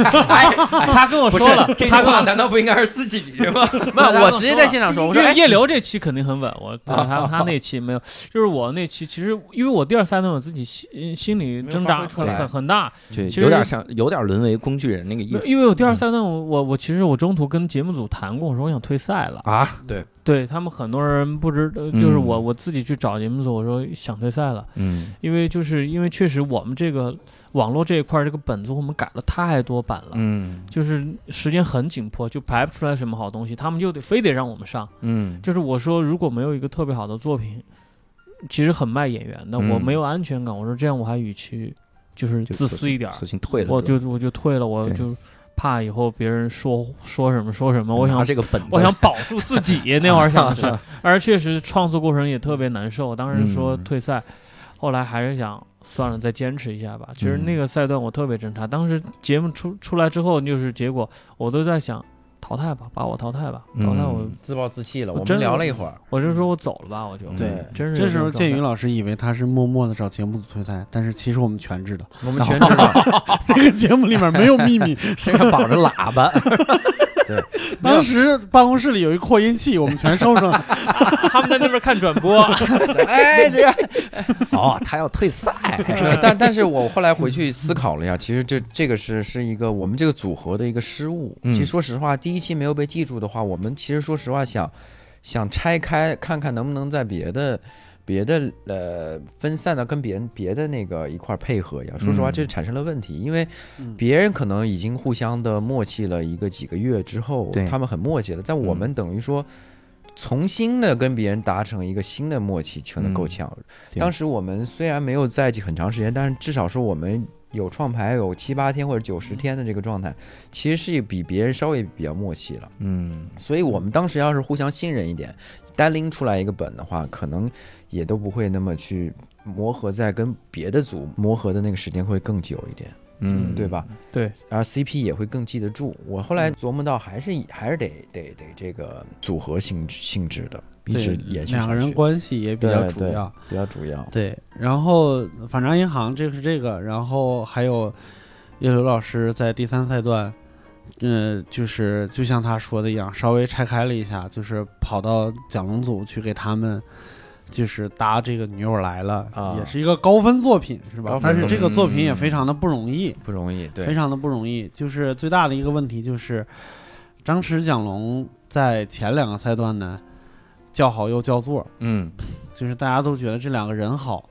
哎他跟我不说是了，这句他跟话我难道不应该是自己吗？没有，我直接在现场说， 我说叶哎，叶刘这期肯定很稳，我对他他那期没有，就是我那期其实因为我第二三轮我自己心嗯心里有挣发扎挥出很来很很大，对，其实有点像，有点沦为工具人那个意思 因为我第嗯二三段我我我其实我中途跟节目组谈过，我说我想退赛了，啊。对他们很多人不知，呃就是我嗯我自己去找节目组，我说想退赛了，嗯因为就是因为确实我们这个网络这一块儿这个本子我们改了太多版了，嗯就是时间很紧迫，就排不出来什么好东西，他们就得非得让我们上。嗯，就是我说，如果没有一个特别好的作品，其实很卖演员的，嗯我没有安全感。我说这样我还与其就是就自私一点儿，索性退了得了，我就我就退了，我对就怕以后别人说说什么说什么，我拿嗯想啊这个本子，我想保住 自己那会儿想的是，而确实创作过程也特别难受。当时说嗯退赛，后来还是想算了，再坚持一下吧。其实嗯那个赛段我特别挣扎，当时节目出出来之后，就是结果我都在想淘汰吧，把我淘汰吧，淘汰我，嗯自暴自弃了。我我真们聊了一会儿，我就说我走了吧，我就对嗯真是这时候，有种状态建宇老师以为他是默默的找节目组退赛，但是其实我们全知道， 我们全知道，这个节目里面没有秘密。身上绑着喇叭，当时办公室里有一扩音器，我们全收上了。他们在那边看转播，哎，这样。 哦，他要退赛，对 但但是我后来回去思考了一下，其实这这个是是一个我们这个组合的一个失误。嗯其实说实话，第一期没有被记住的话，我们其实说实话想想拆开看看能不能在别的。别的呃，分散到跟别人别的那个一块儿配合一下。说实话，嗯这产生了问题，因为别人可能已经互相的默契了一个几个月之后对，嗯他们很默契了，但我们等于说重新的跟别人达成一个新的默契，可能够呛。对当时我们虽然没有在一起很长时间，但是至少说我们有创牌有七八天或者九十天的这个状态，其实是比别人稍微比较默契了。嗯，所以我们当时要是互相信任一点，单拎出来一个本的话，可能也都不会那么去磨合，在跟别的组磨合的那个时间会更久一点，嗯，对吧？对，而 CP 也会更记得住。我后来琢磨到，还是以还是得得得这个组合性性质的，一直延续两个下人去关系也比较对主对要。比较主要。对，然后反诈银行这个是这个，然后还有叶刘老师在第三赛段，呃，就是就像他说的一样，稍微拆开了一下，就是跑到蒋龙组去给他们。就是搭这个女友来了，啊也是一个高分作品，是吧高？分但是作这个品作品也嗯非常的不容易，不容易，对非，常的不容易。就是最大的一个问题就是，张弛、蒋龙在前两个赛段呢，叫好又叫座，嗯就是大家都觉得这两个人好，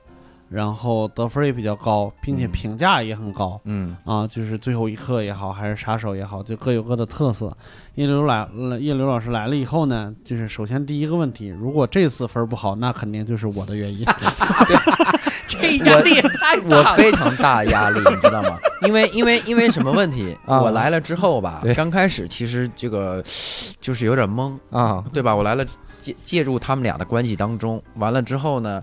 然后得分也比较高，并且嗯评价也很高、嗯啊。就是最后一刻也好，还是杀手也好，就各有各的特色。叶刘来了，叶刘老师来了以后呢，就是首先第一个问题，如果这次分不好，那肯定就是我的原因。这压力也太我非常大压力，你知道吗？因为因为因为什么问题？啊我来了之后吧对，刚开始其实这个就是有点懵，啊，对吧？我来了介介入他们俩的关系当中，完了之后呢，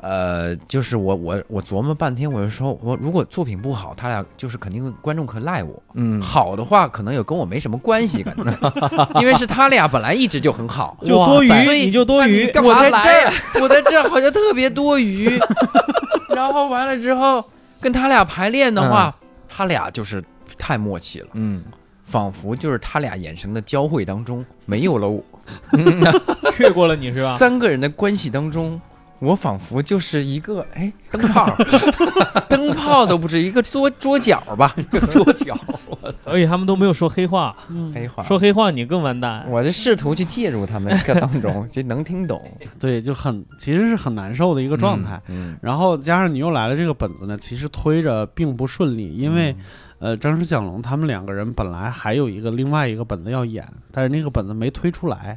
呃，就是我我我琢磨半天，我就说，我如果作品不好，他俩就是肯定观众可赖我。嗯，好的话，可能也跟我没什么关系，感觉，因为是他俩本来一直就很好，就多余哇塞，你就多余，干我嘛在来这儿，我在这儿好像特别多余。 然后完了之后，跟他俩排练的话，他俩就是太默契了，嗯，仿佛就是他俩眼神的交汇当中没有了我，越过了你是吧？三个人的关系当中我仿佛就是一个哎灯泡， 灯泡都不是一个桌桌角吧，桌角，所以他们都没有说黑话，黑啊话。说黑话你更完蛋。我就试图去介入他们这个当中，就能听懂对，就很其实是很难受的一个状态。。嗯然后加上你又来了这个本子呢，其实推着并不顺利，因为、呃，张弛蒋龙他们两个人本来还有一个另外一个本子要演，但是那个本子没推出来。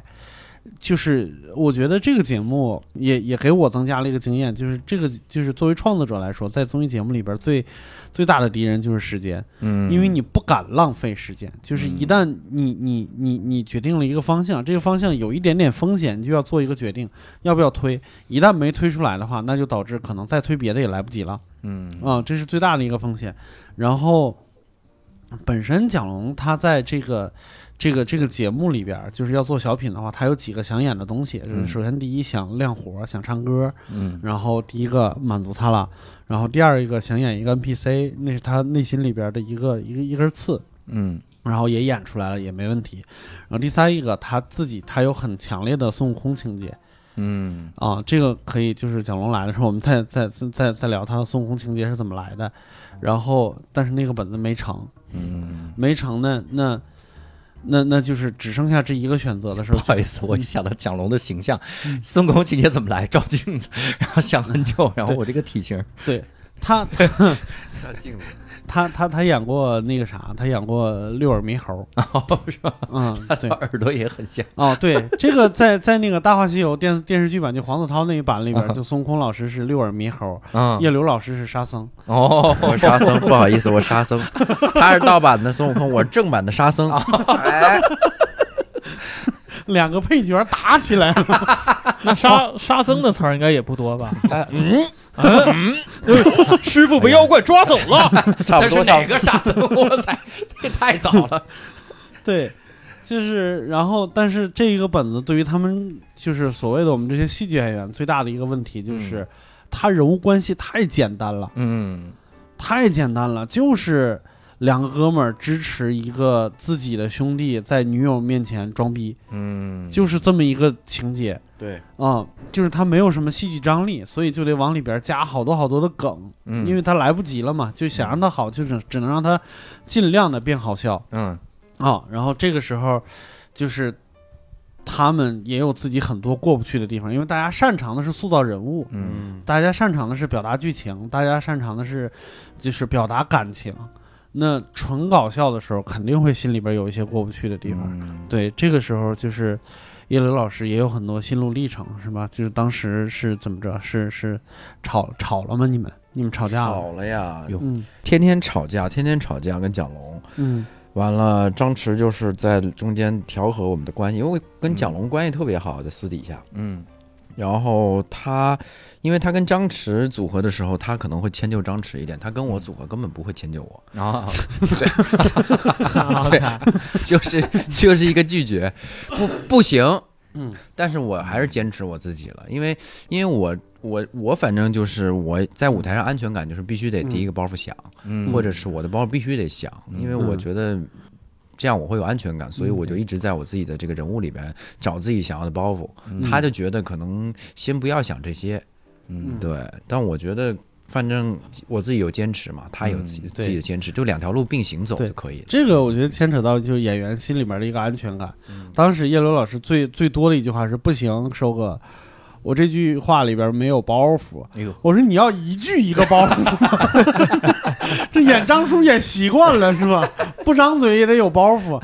就是我觉得这个节目也也给我增加了一个经验，就是这个就是作为创作者来说，在综艺节目里边最最大的敌人就是时间，嗯因为你不敢浪费时间，就是一旦你你你你决定了一个方向，这个方向有一点点风险，你就要做一个决定，要不要推？一旦没推出来的话，那就导致可能再推别的也来不及了嗯啊、这是最大的一个风险。然后，本身蒋龙他在这个这个这个节目里边儿，就是要做小品的话，他有几个想演的东西，就是嗯首先第一想亮活，想唱歌，嗯然后第一个满足他了，然后第二一个想演一个 NPC，那是他内心里边的一个一个一根刺，嗯然后也演出来了，也没问题。然后第三一个他自己他有很强烈的孙悟空情节嗯啊，这个可以就是蒋龙来的时候，我们再再再再再聊他的孙悟空情节是怎么来的。然后但是那个本子没成，嗯，没成呢，那那那就是只剩下这一个选择的时不 候，好意思，我一想到蒋龙的形象，孙悟空情节怎么来？照镜子，然后想很久，然后我这个体型，他照镜子，他他他演过那个啥，他演过六耳猕猴，是吧？嗯， 对，耳朵也很像。哦，对，这个在在那个《大话西游》电电视剧版，就黄子韬那一版里边，啊就孙悟空老师是六耳猕猴，嗯啊叶刘老师是沙僧。哦，我沙僧， 不好意思，我沙僧，他是盗版的孙悟空，我是正版的沙僧。哦哎，两个配角打起来了， 那沙沙僧的词儿应该也不多吧？ 哎嗯，师傅被妖怪抓走 了，差不但是多，差哪不多。个傻子？哇塞，这太早 了。对，就是然后，但是这一个本子对于他们就是所谓的我们这些戏剧演员最大的一个问题就是，他人物关系太简单了，嗯太简单了，就是两个哥们儿支持一个自己的兄弟在女友面前装逼，嗯，就是这么一个情节。对，啊、就是它没有什么戏剧张力，所以就得往里边加好多好多的梗，嗯因为它来不及了嘛，就想让它好，就只只能让它尽量的变好笑嗯啊、然后这个时候，就是他们也有自己很多过不去的地方，因为大家擅长的是塑造人物，嗯大家擅长的是表达剧情，大家擅长的是就是表达感情。那纯搞笑的时候，肯定会心里边有一些过不去的地方。嗯对，这个时候就是叶刘老师也有很多心路历程，是吧？就是当时是怎么着？是是吵吵了吗？你们你们吵架了？好了呀，嗯天天吵架，天天吵架，跟蒋龙。嗯完了，张弛就是在中间调和我们的关系，因为跟蒋龙关系特别好，在私底下。嗯然后他，因为他跟张弛组合的时候，他可能会迁就张弛一点，他跟我组合根本不会迁就我， 啊，啊 对，就是 就是一个拒绝，不不行。嗯，但是我还是坚持我自己了，因为因为我我我反正就是我在舞台上安全感就是必须得第一个包袱响，嗯或者是我的包袱必须得响，因为我觉得这样我会有安全感，所以我就一直在我自己的这个人物里边找自己想要的包袱。嗯他就觉得可能先不要想这些，嗯对，但我觉得。反正我自己有坚持嘛，他有自己嗯自己的坚持，就两条路并行走对就可以了。这个我觉得牵扯到就是演员心里面的一个安全感。嗯当时叶刘老师最最多的一句话是：“不行，收哥。”我这句话里边没有包袱，哎呦我说你要一句一个包袱吗， 这演张叔演习惯了是吧？不张嘴也得有包袱，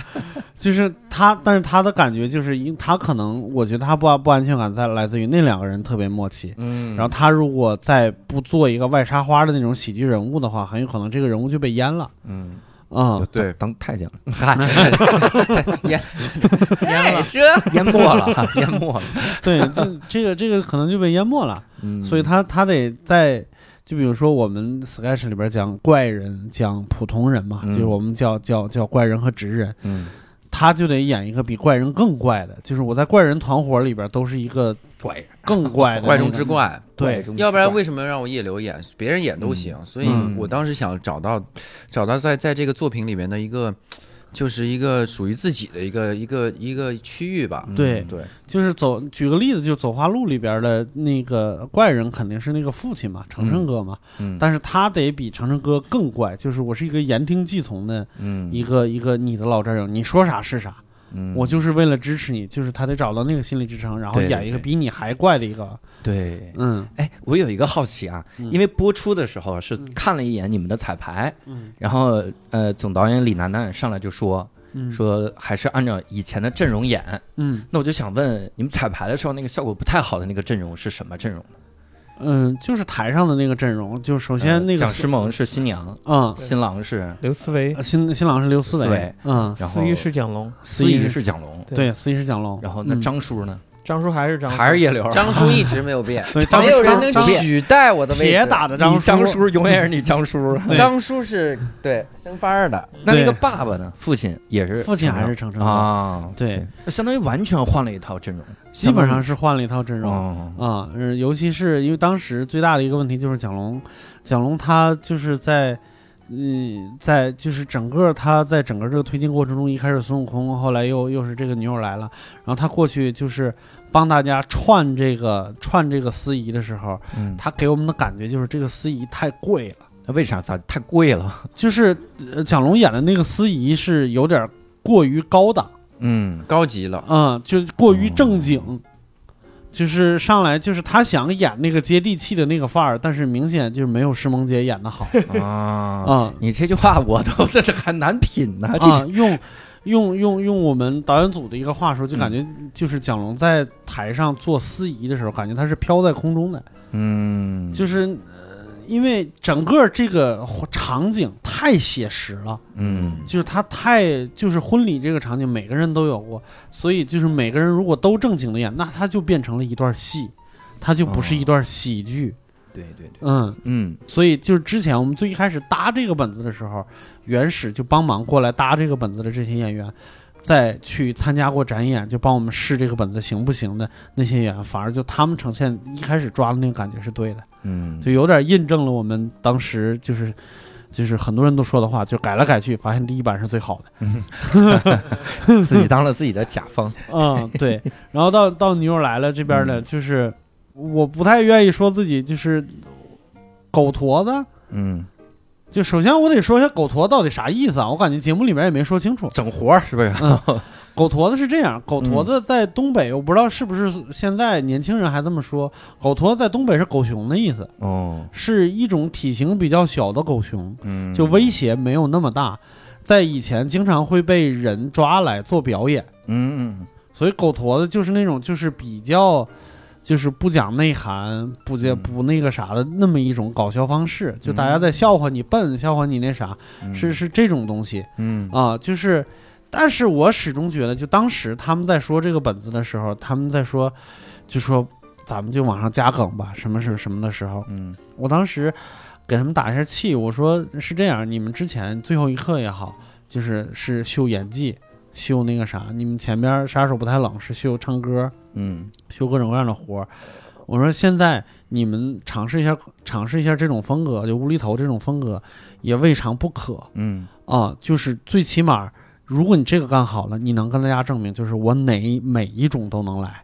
就是他，但是他的感觉就是，因他可能我觉得他不安不安全感在来自于那两个人特别默契，嗯然后他如果再不做一个外插花的那种喜剧人物的话，很有可能这个人物就被淹了，嗯嗯，对，当太监了， 淹了。淹没了，淹没了， 对，这这个这个可能就被淹没了，嗯所以他他得在。就比如说我们 sketch 里边讲怪人，讲普通人嘛，嗯就是我们叫叫叫怪人和直人，嗯他就得演一个比怪人更怪的，就是我在怪人团伙里边都是一个怪人，更怪的那个怪中之怪，对，要不然为什么让我叶流演？别人演都行，所以嗯我当时想找到，找到在在这个作品里面的一个就是一个属于自己的一个一个一个区嗯域嗯吧。对对，就是走，举个例子，就走花路里边的那个怪人肯定是那个父亲嘛，程程哥嘛，嗯但是他得比程程哥更怪，就是我是一个言听计从的嗯一个、一个你的老战友，你说啥是啥，嗯我就是为了支持你，就是他得找到那个心理支撑，然后对对演一个对比你还怪的一个，对。嗯哎，我有一个好奇啊，嗯因为播出的时候是嗯看了一眼你们的彩排，嗯然后呃，总导演李楠楠上来就说嗯说还是按照以前的阵容演。嗯那我就想问，你们彩排的时候那个效果不太好的那个阵容是什么阵容？嗯，就是台上的那个阵容，就首先那个呃蒋诗萌是新娘，嗯，呃新郎是刘思维，新新郎是刘思思维维，嗯，然后司仪是蒋龙，司仪是蒋龙，对，司仪是蒋龙，然后那嗯张叔呢？张叔还是张叔，还是叶刘？张叔一直没有变，对张没有人张能张取代我的位置。铁打的张你叔，张叔永远是你张叔。啊 对张叔是对升班儿的，那那个对爸爸呢？父亲也是父亲还是成程龙程哥，啊？对，那相当于完全换了一套阵容。基本上是换了一套阵容。哦，啊，嗯尤其是因为当时最大的一个问题就是蒋龙，蒋龙他就是在，嗯，在就是整个他在整个这个推进过程中，一开始孙悟空，后来又又是这个女友来了，然后他过去就是帮大家串这个串这个司仪的时候，嗯，他给我们的感觉就是这个司仪太贵了，那为啥咋太贵了？就是、呃蒋龙演的那个司仪是有点过于高档。嗯高级了。嗯，就过哦于正经，就是上来就是他想演那个接地气的那个范儿，但是明显就是没有师萌姐演的好啊啊 你这句话我都 还难品呢。这啊！用用用用我们导演组的一个话说，就感觉嗯就是蒋龙在台上做司仪的时候，感觉他是飘在空中的，嗯就是。呃因为整个这个场景太写实了，嗯就是他太就是婚礼这个场景，每个人都有过，所以就是每个人如果都正经的演，那他就变成了一段戏，他就不是一段喜剧。对对对嗯，嗯所以就是之前我们最一开始搭这个本子的时候，原始就帮忙过来搭这个本子的这些演员，再去参加过展演，就帮我们试这个本子行不行的那些演员，反而就他们呈现一开始抓的那个感觉是对的，嗯就有点印证了我们当时就是。就是很多人都说的话，就改来改去，发现第一版是最好的。嗯自己当了自己的甲方。 嗯，对。然后到到妞来了这边呢，就是我不太愿意说自己就是狗驼子。嗯就首先我得说一下狗驼到底啥意思啊？我感觉节目里面也没说清楚。整活儿是不是？狗驼子是这样，狗驼子在东北，我不知道是不是现在年轻人还这么说。狗驼子在东北是狗熊的意思，哦是一种体型比较小的狗熊，嗯就威胁没有那么大。在以前经常会被人抓来做表演。嗯所以狗驼子就是那种就是比较，就是不讲内涵、不讲嗯不那个啥的那么一种搞笑方式，就大家在笑话你笨、笑话你那啥，嗯是是这种东西嗯啊，就是。但是我始终觉得，就当时他们在说这个本子的时候，他们在说，就说咱们就往上加梗吧，什么什么什么的时候，嗯我当时给他们打一下气，我说是这样，你们之前最后一刻也好，就是是秀演技，秀那个啥，你们前边杀手不太冷是秀唱歌，嗯秀各种各样的活儿。我说现在你们尝试一下，尝试一下这种风格，就无厘头这种风格，也未尝不可嗯啊。就是最起码，如果你这个干好了，你能跟大家证明，就是我哪每一种都能来。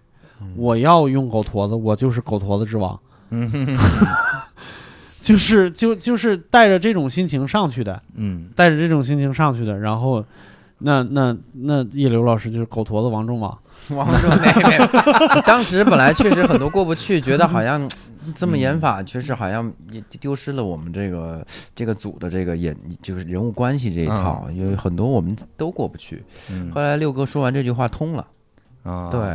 我要用狗驼子，我就是狗驼子之 王。嗯就是就就是带着这种心情上去的，嗯带着这种心情上去的，然后。那那那叶刘老师就是狗驼子王中王， 王中没没有，当时本来确实很多过不去，觉得好 像这么演法，确实好像也丢失了我们这个这个组的这个演就是人物关系这一套，嗯有很多我们都过不去。嗯后来六哥说完这句话通了，啊对，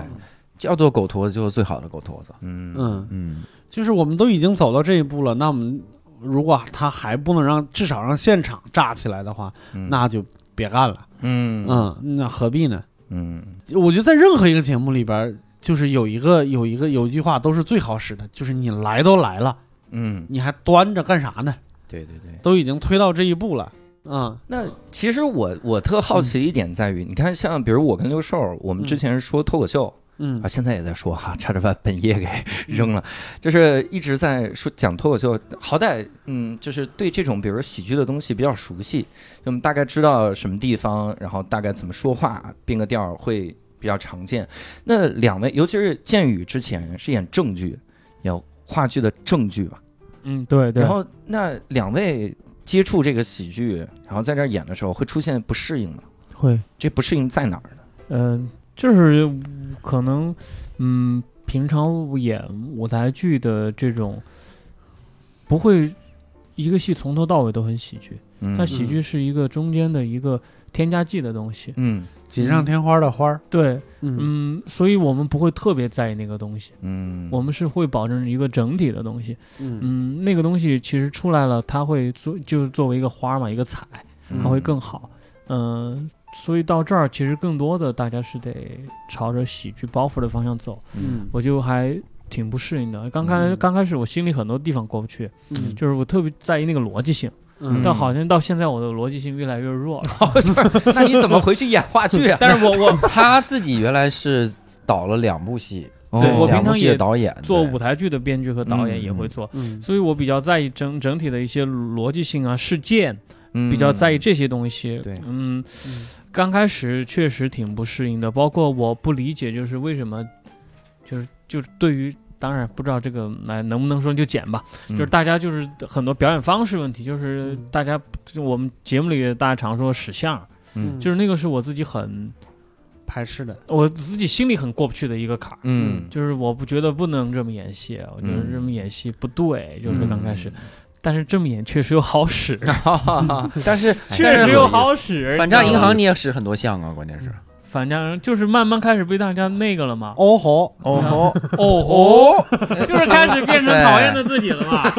叫做狗驼子就是最好的狗驼子。嗯嗯，嗯，就是我们都已经走到这一步了，那我们如果他还不能让至少让现场炸起来的话，嗯那就别干了，嗯嗯，那何必呢？嗯我觉得在任何一个节目里边，就是有一个有一个有一句话都是最好使的，就是你来都来了，嗯你还端着干啥呢？对对对，都已经推到这一步了，嗯，那嗯其实我我特好奇一点在于，你看，像比如我跟刘寿，我们之前说脱口秀，嗯啊，现在也在说哈， 叉着饭本业给扔了，就是一直在说讲脱口秀，好歹嗯，就是对这种比如喜剧的东西比较熟悉，那么大概知道什么地方，然后大概怎么说话，变个调儿会比较常见。那两位，尤其是建宇之前是演正剧，演话剧的正剧吧，嗯，对对。然后那两位接触这个喜剧，然后在这儿演的时候会出现不适应吗？会，这不适应在哪儿呢？嗯、就是嗯可能，嗯，平常演舞台剧的这种，不会一个戏从头到尾都很喜剧，嗯但喜剧是一个中间的一个添加剂的东西。嗯锦上添花的花儿，对，嗯嗯，所以我们不会特别在意那个东西，嗯，我们是会保证一个整体的东西。嗯嗯，那个东西其实出来了，它会做就是作为一个花嘛，一个彩，它会更好。嗯、所以到这儿其实更多的大家是得朝着喜剧包袱的方向走，嗯我就还挺不适应的。刚开、刚开始我心里很多地方过不去，嗯就是我特别在意那个逻辑性，嗯但好像到现在我的逻辑性越来越弱 了。 那你怎么回去演话剧 啊？但是我我他自己原来是导了两部戏，对哦我平两部常戏的也导演，做对舞台剧的编剧和导演嗯也会做，嗯所以我比较在意整整体的一些逻辑性啊、事件。嗯比较在意这些东西。对嗯，刚开始确实挺不适应的，包括我不理解，就是为什么，就是就是对于。当然不知道这个来能不能说就剪吧，嗯就是大家就是很多表演方式问题，就是大家就我们节目里大家常说使相，嗯就是那个是我自己很排斥的，我自己心里很过不去的一个坎儿，嗯就是我不觉得不能这么演戏，啊我觉得嗯这么演戏不对，就是刚开始嗯，但是这么演确实又好使，但是确实有又好使，反诈诈银行你也使很多项啊，关键嗯是反正就是慢慢开始被大家那个了嘛。哦吼，哦 吼哦吼，就是开始变成讨厌的自己了嘛。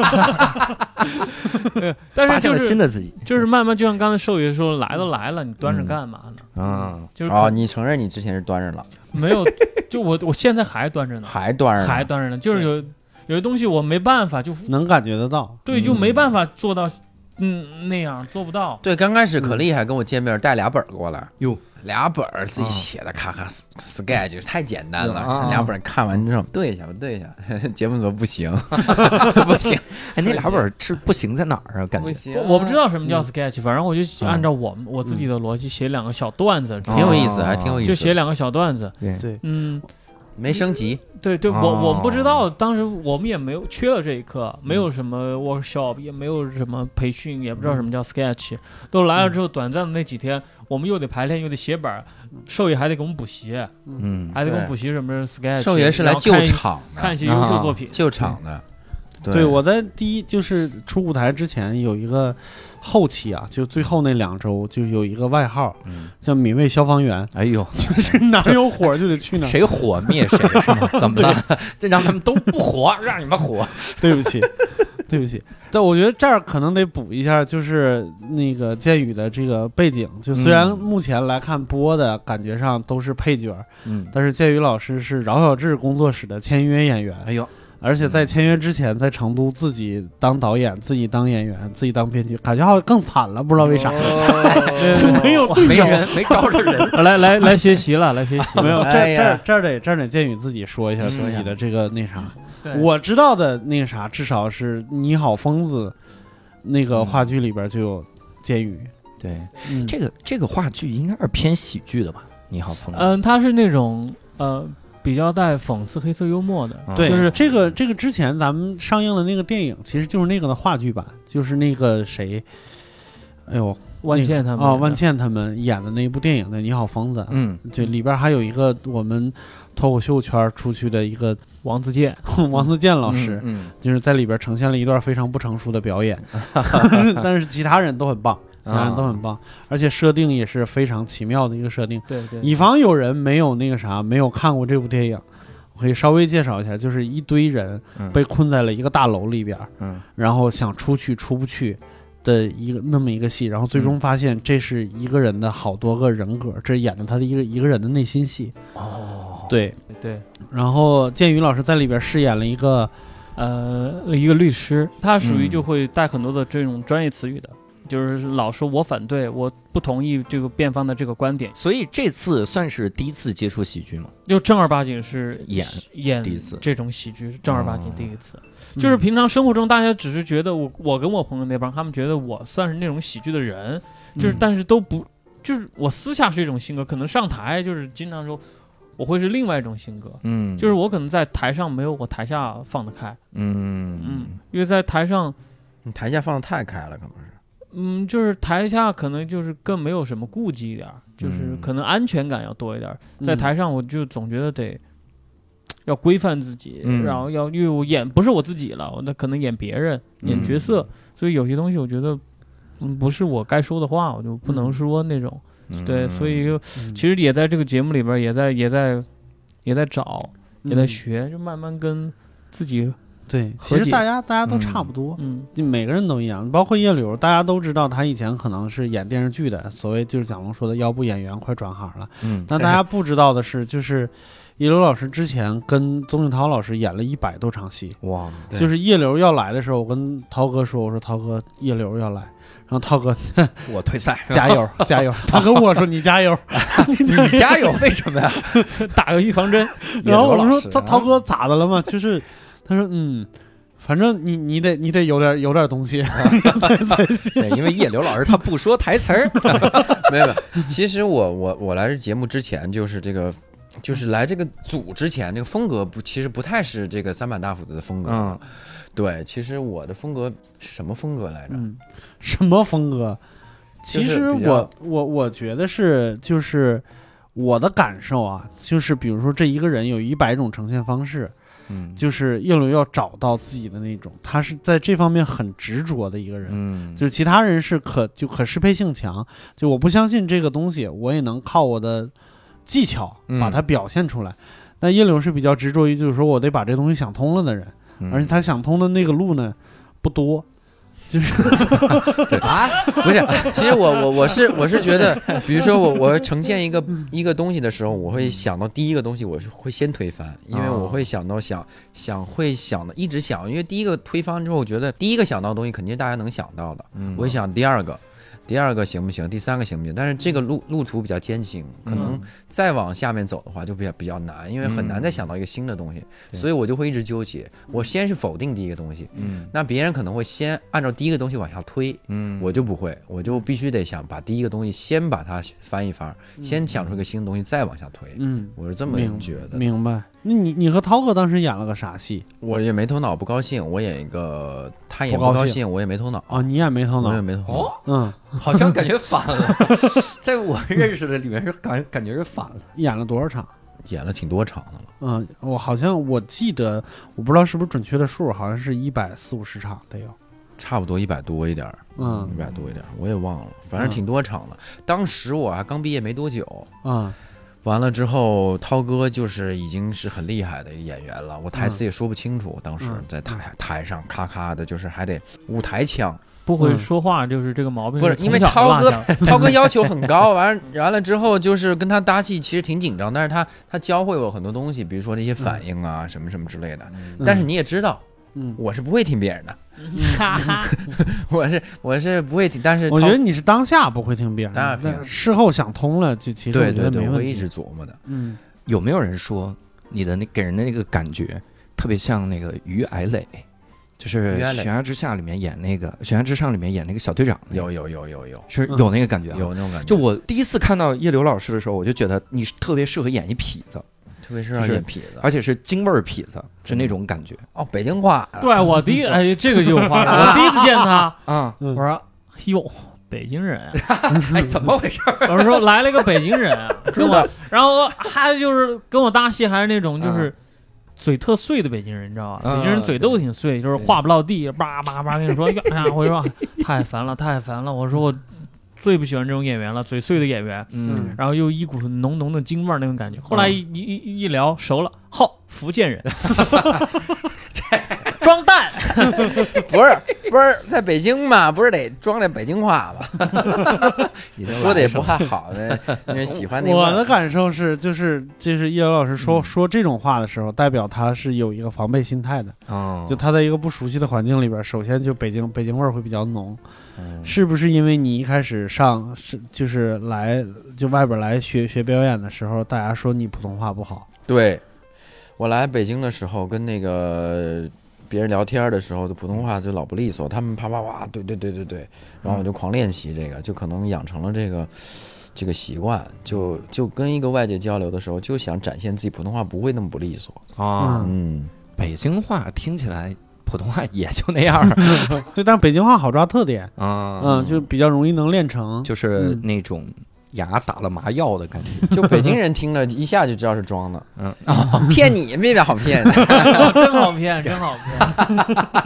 但发现 是就了新是的自己就是慢慢，就像刚才寿爷说，来都来了，你端着干嘛呢？啊，就是啊！可你承认你之前是端着了，没有， 就我我现在还端着呢，还端着呢，嗯还端着呢，就是有有些东西我没办法，就能感觉得到，对，嗯就没办法做到嗯那样，做不到。对，刚开始可厉害，跟我见面带俩本儿过来，哟，俩本儿自己写的，咔咔 s- sketch 太简单啊了，俩本儿看完之后对一下吧，对一下， 节目组说不行，不行，哎，那俩本儿是不行在哪儿啊？感觉行我我不知，道什么叫 sketch，反正我就嗯按照我们我自己的逻辑写两个小段子，挺有意思，还挺有意思，就写两个小段子。对对嗯，没升级，对对，我哦我们不知道，当时我们也没有缺了这一课，没有什么 workshop，也没有什么培训，也不知道什么叫 sketch。都来了之后，短暂的那几天，我们又得排练，又得写本儿，兽爷还得给我们补习，嗯还得给我对们补习什么 sketch。少爷是然来后救哎看一场看的一，些优秀作品。救场的，对，我在第一就是出舞台之前有一个后期啊，就最后那两周就有一个外号嗯，叫米味消防员， 哎呦，就是哪儿有火就得去哪儿。谁火灭谁是 吗？怎么了？嗯这让他们都不火，让你们火。 对不起，对不起。但我觉得这儿可能得补一下，就是那个剑宇的这个背景，就虽然嗯目前来看播的感觉上都是配角，嗯，但是剑宇老师是饶小志工作室的签约演员，哎呦，而且在签约之前，在成都自己当导演、自己当演员、自己当编剧，感觉好像更惨了，不知道为哦啥。对 就 没有对没手，人没招着人。来来来学习了，来学习。没有这哎这呀这儿得这儿得剑宇自己说一下嗯自己的这个那啥，对我知道的那个啥，至少是《你好，疯子》那嗯个话剧里边就有监狱。 对，嗯，这个这个话剧应该是偏喜剧的吧？你好，疯子。嗯，他是那种呃比较带讽刺、黑色幽默的。啊对，就是这个这个之前咱们上映的那个电影，其实就是那个的话剧版，就是那个谁，哎呦，万茜他啊、们哦，万茜，茜他们演的那部电影的《你好，疯子》。嗯，就里边还有一个我们脱口秀圈出去的一个 王自健，王自健老师，嗯就是在里边呈现了一段非常不成熟的 表演，但是其他人都很棒，其他人都啊很棒，而且设定也是非常奇妙的一个设定。对对，以防有人没有那个啥，没有看过这部电影，我可以稍微介绍一下，就是一堆人嗯被困在了一个大楼里边，嗯，然后想出去出不去的一个那么一个戏，然后最嗯终发现这是一个人的好多个人格，这演的他的一个一个人的内心戏。哦，对，对。然后建宇老师在里边饰演了一个呃，一个律师，他属于嗯就会带很多的这种专业词语的，就是老说我反对，我不同意这个辩方的这个观点，所以这次算是第一次接触喜剧嘛？就正儿八经是演演第一次嗯这种喜剧，是正儿八经哦第一次。就是平常生活中，大家只是觉得我我跟我朋友那帮，他们觉得我算是那种喜剧的人，就是嗯但是都不就是我私下是一种性格，可能上台就是经常说我会是另外一种性格，嗯，就是我可能在台上没有我台下放得开，嗯嗯，因为在台上。你台下放的太开了，可能是。嗯，就是台下可能就是更没有什么顾忌一点儿，就是嗯可能安全感要多一点儿。在嗯台上，我就总觉得得要规范自己，嗯然后要因为我演不是我自己了，我那可能演别人、演角色，所以有些东西我觉得。嗯，不是我该说的话，我就不能说那种。嗯对，所以就嗯其实也在这个节目里边儿，也在也在也在找，也在嗯学，就慢慢跟自己，对，和其实解大家大家都嗯差不多，嗯就每个人都一样，包括叶柳，大家都知道他以前可能是演电视剧的，所谓就是蒋龙说的腰部演员快转行 了。嗯但大家不知道的是，就是叶柳老师之前跟宗庆涛老师演了一百多场戏，哇，对就是叶柳要来的时候，我跟涛哥说，我说涛哥叶柳要来，然后涛 哥我退 赛，加油加油，他跟 我说你加油，你加油！为什么呀？ 打个预防针。然后我啊野罗老说师他涛哥咋的了嘛？就是他说嗯，反正你你得你得有点有点东西， 对，因为叶刘老师他不说台词儿，没有，没有，其实我我我来这节目之前就是这个，就是来这个组之前，这个风格不其实不太是这个三板大斧子的风格。嗯对，其实我的风格是什么风格来着？嗯，什么风格？就其是实比较我我我觉得是就是我的感受啊，就是比如说这一个人有一百种呈现方式，嗯就是叶伦要找到自己的那种，他是在这方面很执着的一个人。嗯就是其他人是可就可适配性强，就我不相信这个东西，我也能靠我的技巧嗯把它表现出来。但叶柳是比较执着于，就是说我得把这东西想通了的人，嗯嗯而且他想通的那个路呢不多，就是不是，其实我我我是我是觉得，比如说我我呈现一个一个东西的时候，我会想到第一个东西，我是会先推翻，因为我会想到想想会想的一直想，因为第一个推翻之后，我觉得第一个想到的东西肯定是大家能想到的，嗯我就想第二个。第二个行不行？第三个行不行？但是这个路路途比较艰辛，可能再往下面走的话就比较比较难，因为很难再想到一个新的东西，所以我就会一直纠结。我先是否定第一个东西，嗯那别人可能会先按照第一个东西往下推，嗯我就不会，我就必须得想把第一个东西先把它翻一翻，先想出一个新的东西再往下推。 嗯，我是这么明觉得，明白？那你你和涛哥当时演了个啥戏我也没头脑，不高兴，我演一个，他也不不高高兴兴，我也没头脑，哦，你也没头我也脑，没头脑。哦，嗯，好像感觉反了， 在我认识的里面是感感觉是反了。演了多少场？演了挺多场的了，嗯，我好像我记得，我不知道是不是准确的数，好像是一百四五十场得有。差不多一百多一点儿，嗯一百多一点儿，我也忘了，反正挺多场的。当时我还刚毕业没多久，啊、完了之后，涛哥就是已经是很厉害的一个演员了，我台词也说不清楚，当时嗯在台台上咔咔的，就是还得舞台 腔。不会嗯说话就是这个毛病，不是因为涛哥，涛哥要求很高，完了完了之后就是跟他搭戏，其实挺紧张，但是他他教会我很多东西，比如说这些反应啊、什么什么之类的。嗯但是你也知道，嗯，我是不会听别人的， 哈哈，我是我是不会听，但是嗯我觉涛得你是当下不会听别人的当，下但是事后想通了，就其实我对觉对得对，没我问会一题直。琢磨的。嗯，有没有人说你的那给人的那个感觉特别像那个于矮磊，就是于《矮磊悬崖之下》里面演那个《悬崖之上》里面演那个小队长那个，有有有有有是有那个感觉啊。有那种感觉，就我第一次看到叶刘老师的时候，我就觉得你是特别适合演一痞子，特别是让就是演痞子，而且是京味儿痞子，是那种感觉哦，北京话 啊，对我第一哎，这个就有话 了。我第一次见他，啊！我说哟，北京人啊， 哎，怎么回事？我说来了个北 京人啊，跟我，然后还就是跟我搭戏，还是那种就是。嘴特碎的北京人，你知道吧？嗯北京人嘴都挺碎，就是话不落地，叭叭叭跟你说，哎呀，我说 太烦了，太烦了。我说我最不喜欢这种演员了，嘴碎的演员，嗯，然后又一股浓浓的京味儿那种感觉。后来一 一一一聊熟了，好，福建人，装蛋， 不是不是在北京嘛，不是得装点北京话吗？说的也不太好的，因为喜欢那我的个。嗯感受是，就是就是叶刘老师说、说这种话的时候，代表他是有一个防备心态的。哦啊就他在一个不熟悉的环境里边，首先就北京北京味儿会比较浓，嗯是不是因为你一开始上是就是来就外边来学学表演的时候，大家说你普通话不好？对，我来北京的时候跟那个。别人聊天的时候的普通话就老不利索，他们啪啪啪，对对对对对，然后我就狂练习这个，就可能养成了这个这个习惯，就就跟一个外界交流的时候，就想展现自己普通话不会那么不利索。啊，嗯，嗯，北京话听起来普通话也就那样儿对，但北京话好抓特点，啊，嗯，就比较容易能练成。就是嗯那种牙打了麻药的感觉。就北京人听了一下就知道是装的，嗯，骗你妹妹好骗， 真好骗，真好骗。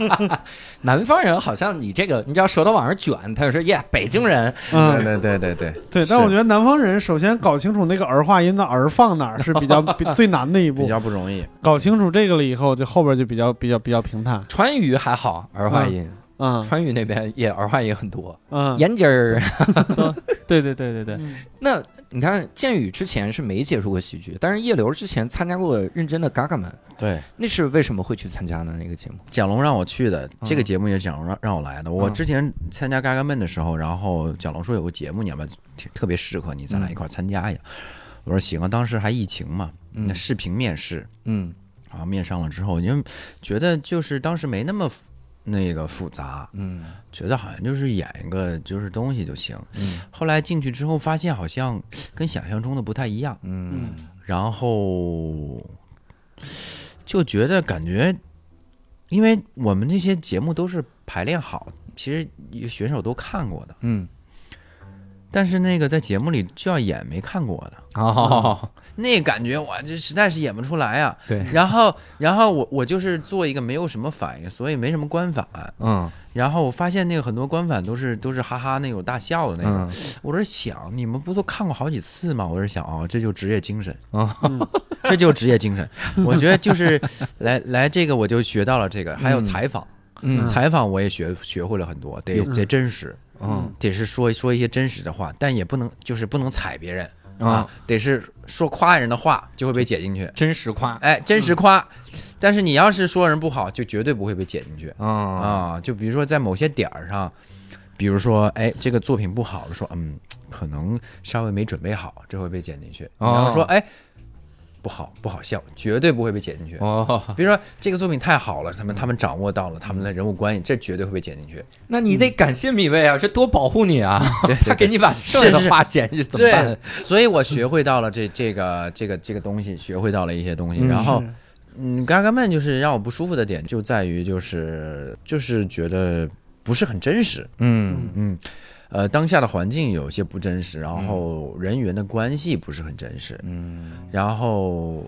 南方人好像你这个，你只要舌头往上卷，他就说耶，北京人 对嗯，对对对对，对，但我觉得南方人首先搞清楚那个儿化音的儿放哪儿是比较 比最难的一比步，较不容易。搞清楚这个了以后，就后边就比较比较比较平坦。川渝还好，儿化音，嗯川渝那边也儿化音很多，嗯，眼睛儿。 对对对对对，嗯那你看，建宇之前是没接触过喜剧，但是叶刘之前参加过认真的《嘎嘎们》，对，那是为什么会去参加呢？那个节目蒋龙让我去的，这个嗯节目也是蒋龙让让我来的。我嗯之前参加《嘎嘎们》的时候，然后蒋龙说有个节目，你要不要挺特别适合你，咱俩一块儿参加一下。我说行啊，当时还疫情嘛，嗯那视频面试，嗯然后面上了之后，因为觉得就是当时没那么复那个复杂，嗯觉得好像就是演一个就是东西就行。嗯后来进去之后，发现好像跟想象中的不太一样，嗯然后就觉得感觉，因为我们这些节目都是排练好，其实有选手都看过的，嗯，但是那个在节目里就要演没看过的，哦，那感觉我这实在是演不出 来啊。对然后，然后我我就是做一个没有什么反应，所以没什么观反。嗯然后我发现那个很多观反都是都是哈哈那种大笑的那种。嗯我是想，你们不都看过好几次吗？我是想，哦，这就职业精神啊，嗯这就职业精神。我觉得就是来来这个，我就学到了这个。还有采访，嗯采访我也学学会了很多，得嗯得真实，嗯得是说说一些真实的话，但也不能就是不能踩别人啊啊，，得是说夸人的话就会被解进去。真实夸哎，真实夸，但是你要是说人不好，就绝对不会被解进去。啊啊，就比如说在某些点儿上，比如说，哎，这个作品不好了，说，嗯，可能稍微没准备好，这会被剪进去。然后说，哦哎，不好，不好笑，绝对不会被剪进去。哦，比如说这个作品太好了，他们他们掌握到了他们的人物关系，这绝对会被剪进 去。那你得感谢米未啊，这多保护你啊，对他给你把剩下的话剪去怎么办？所以我学会到了这这个这个这个东西，学会到了一些东西。嗯然后是，嗯，嘎嘎曼就是让我不舒服的点就在于就是就是觉得不是很真实。嗯嗯，呃，当下的环境有些不真实，然后人与人的关系不是很真实，嗯然后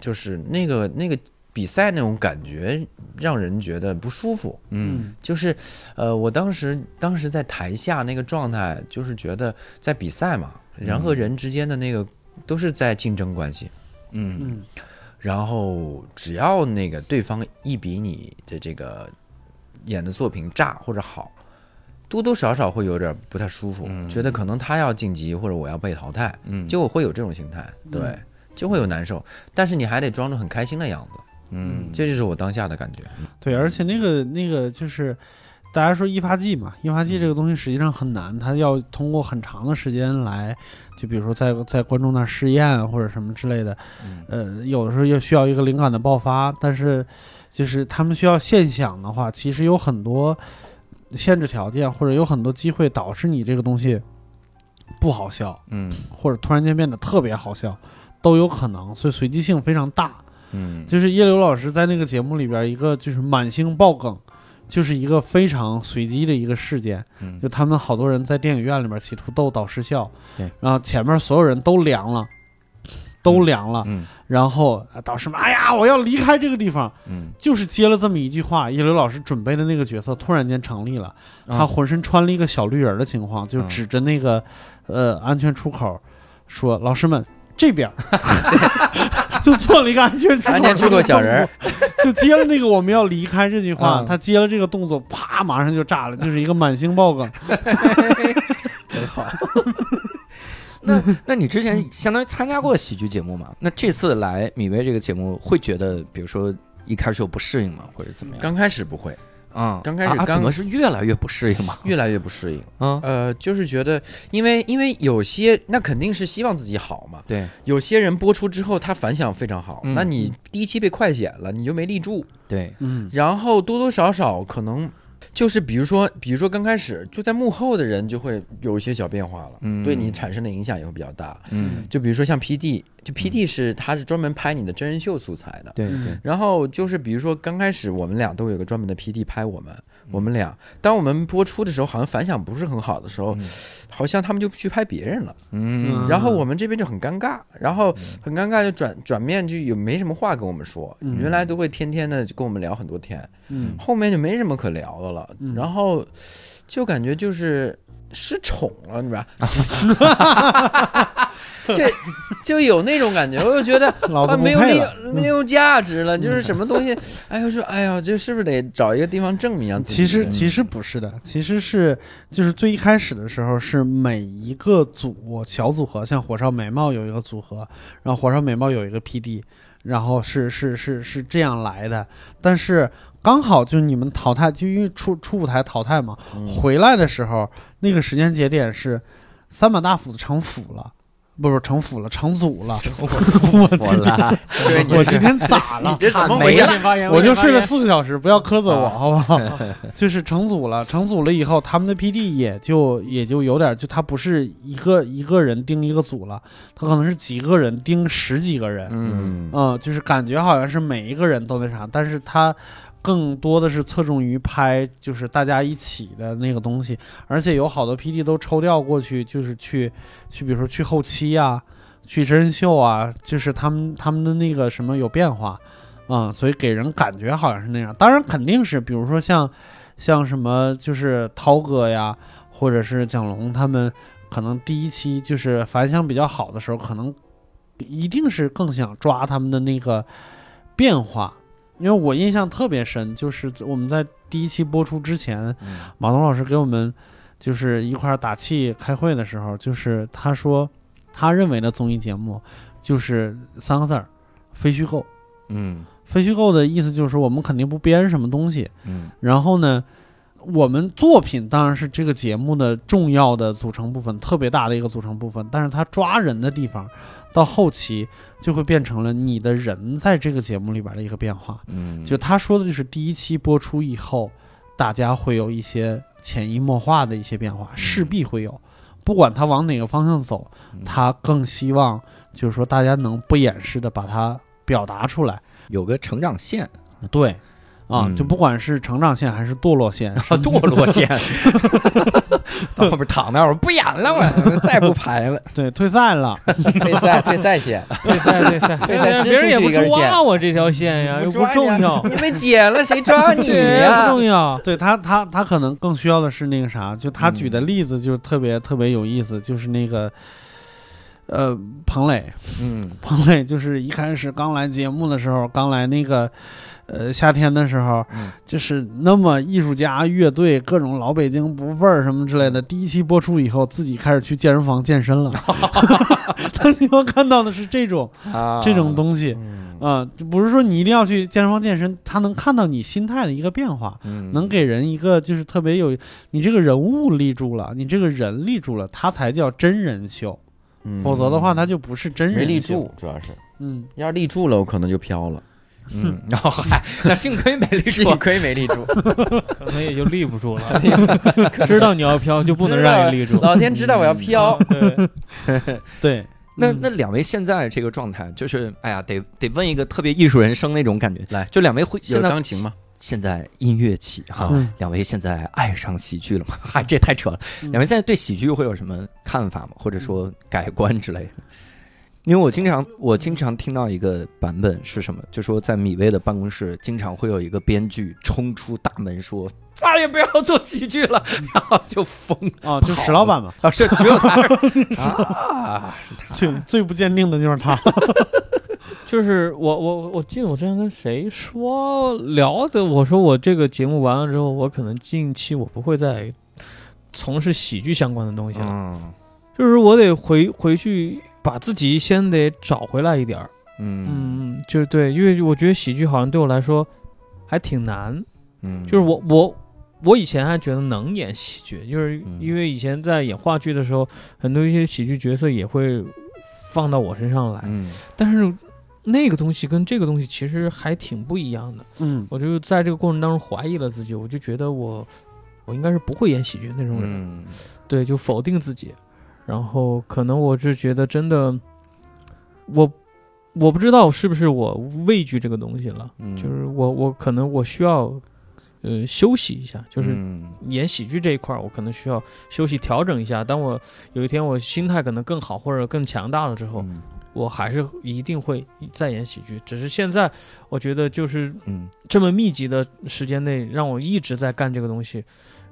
就是那个那个比赛那种感觉，让人觉得不舒服。嗯就是，呃，我当时当时在台下那个状态，就是觉得在比赛嘛，人和人之间的那个都是在竞争关系。嗯嗯然后只要那个对方一比你的这个演的作品炸或者好，多多少少会有点不太舒服，嗯觉得可能他要晋级或者我要被淘汰，嗯，就会有这种心态，对，嗯就会有难受。但是你还得装出很开心的样子，嗯这就是我当下的感觉。嗯对，而且那个那个就是，大家说易发剂嘛，易发剂这个东西实际上很难，它要通过很长的时间来，就比如说在在观众那儿试验或者什么之类的，呃，有的时候又需要一个灵感的爆发，但是就是他们需要现想的话，其实有很多限制条件或者有很多机会导致你这个东西不好笑，嗯或者突然间变得特别好笑，都有可能，所以随机性非常大。嗯就是叶刘老师在那个节目里边，一个就是满星爆梗，就是一个非常随机的一个事件。嗯就他们好多人在电影院里面企图逗导师笑对，然后前面所有人都凉了，都凉了，嗯然后啊导师们，哎呀，我要离开这个地方，嗯就是接了这么一句话，叶刘老师准备的那个角色突然间成立了，啊嗯他浑身穿了一个小绿人的情况，就嗯指着那 个呃安全出口说：“老师们。”这边儿，就做了一个安全出口，安全出口小人儿，就接了那个我们要离开这句话，嗯他接了这个动作，啪，马上就炸了，就是一个满星爆梗。那你之前相当于参加过喜剧节目嘛？那这次来米薇这个节目，会觉得比如说一开始有不适应吗，或者怎么样？刚开始不会，啊，刚开始啊啊刚怎么是越来越不适 应嘛？越来越不适应。嗯呃，就是觉得，因为因为有些那肯定是希望自己好嘛。对，有些人播出之后，他反响非常好，嗯那你第一期被快剪了，你就没立住，对，嗯，然后多多少少可能就是比如说，比如说刚开始就在幕后的人就会有一些小变化了，嗯对你产生的影响也会比较大。嗯，就比如说像 P D，就 P D 是他是专门拍你的真人秀素材的，对嗯然后就是比如说刚开始我们俩都有个专门的 PD 拍我们，嗯我们俩当我们播出的时候，好像反响不是很好的时候，好像他们就去拍别人了，嗯嗯然后我们这边就很尴尬，然后很尴尬就转转面就有没什么话跟我们说，嗯原来都会天天的跟我们聊很多天，嗯后面就没什么可聊的了，嗯然后就感觉就是失宠了，你知道吧？ 就就有那种感觉，我就觉得老子啊，不没有配利了。嗯没有价值了，就是什么 东西，哎呦说，哎呀，这是不是得找一个地方证明啊？自己其实嗯其实不是的，其实是就是最一开始的时候是每一个组小组合，像火烧眉毛有一个组合，然后火烧眉毛有一个 PD，然后是是是是这样来的。但是刚好就你们淘汰，就因为出出舞台淘汰嘛，嗯回来的时候那个时间节点是三板大斧子成腐了，不是成腐了，成组了。 我我啦，所以你我今天咋了？这怎么嗯我回事？点发言，我就睡了四。四个小时，不要苛责我，好不好？ 就是成组了，成组了以后，他们的 PD 也就也就有点，就他不是一个一个人盯一个组了，他可能是几个人盯十几个人，嗯，嗯嗯，就是感觉好像是每一个人都那啥，但是他更多的是侧重于拍，就是大家一起的那个东西，而且有好多 PD 都抽调过去，就是去去，比如说去后期啊，去真人秀啊，就是他们他们的那个什么有变化，啊、所以给人感觉好像是那样。当然肯定是，比如说像像什么就是涛哥呀，或者是蒋龙他们，可能第一期就是反响比较好的时候，可能一定是更想抓他们的那个变化。因为我印象特别深，就是我们在第一期播出之前，马东老师给我们就是一块儿打气开会的时候，就是他说他认为的综艺节目就是三个字儿：非虚构。嗯非虚构的意思就是我们肯定不编什么东西，嗯然后呢，我们作品当然是这个节目的重要的组成部分，特别大的一个组成部分。但是它抓人的地方，到后期就会变成了你的人在这个节目里边的一个变化。嗯，就他说的就是第一期播出以后，大家会有一些潜移默化的一些变化，势必会有。不管他往哪个方向走，嗯他更希望就是说大家能不掩饰的把它表达出来。有个成长 线，对，啊，嗯就不管是成长线还是堕 落线，啊，堕落线，到后边躺那儿，我不演了，我 再不排了。 对，退 赛了，退赛退 赛线，对赛 对赛，对赛别人也支出不去一根抓线我这条线哎呀，又不抓重你要啊，你们剪了谁 抓 你 对，不呀？重要。对他，他他可能更需要的是那个啥，就他举的嗯例子就特别、特别有意思，就是那个，呃，彭磊，嗯彭磊就是一开始刚来节目的时候，刚来那个，呃，夏天的时候，嗯就是那么艺术家、乐队、各种老北京不味儿什么之类的。嗯第一期播出以后，自己开始去健身房健身了， 他希望看到的是这种啊，这种东西。嗯啊、不是说你一定要去健身房健身，他能看到你心态的一个变化，嗯能给人一个就是特别有你这个人物立住了，你这个人立住了，他才叫真人秀，嗯否则的话他就不是真人秀。没立住，主要是嗯，要是立住了，我可能就 飘了。嗯，然后嗨，那幸亏没立幸住，亏没立住，可能也就立不 住了。知道你要飘，就不能让你立住。嗯老天知道我要飘， 对，对， 那那两位现在这个状态，就是哎呀，得得问一个特别艺术人生那种感觉。来就两位会有现在钢琴吗？现在音乐起哈，嗯两位现在爱上喜剧了吗？ 嗨，这太扯了。嗯两位现在对喜剧会有什么看法吗？或者说嗯改观之类的？因为我经常我经常听到一个版本是什么，就说在米未的办公室，经常会有一个编剧冲出大门说：“再也不要做喜剧了！”嗯 然后就疯了。哦，就史老板 嘛，啊，是只有他是啊，最最不坚定的就是他。就是我我我记得我之前跟谁说聊的，我说我这个节目完了之后，我可能近期我不会再从事喜剧相关的东西了，嗯就是我得回回去把自己先得找回来一点儿。嗯嗯，就是对，因为我觉得喜剧好像对我来说还挺难，嗯，就是我我我以前还觉得能演喜剧，就是嗯因为以前在演话剧的时候，很多一些喜剧角色也会放到我身上来，嗯但是那个东西跟这个东西其实还挺不一样的。嗯，我就在这个过程当中怀疑了自己，我就觉得我我应该是不会演喜剧那种人，嗯对，就否定自己。然后可能我是觉得真的，我我不知道是不是我畏惧这个东西了，嗯，就是我我可能我需要呃休息一下，就是嗯演喜剧这一块儿，我可能需要休息调整一下。当我有一天我心态可能更好或者更强大了之后，嗯我还是一定会再演喜剧。只是现在我觉得就是嗯这么密集的时间内，让我一直在干这个东西，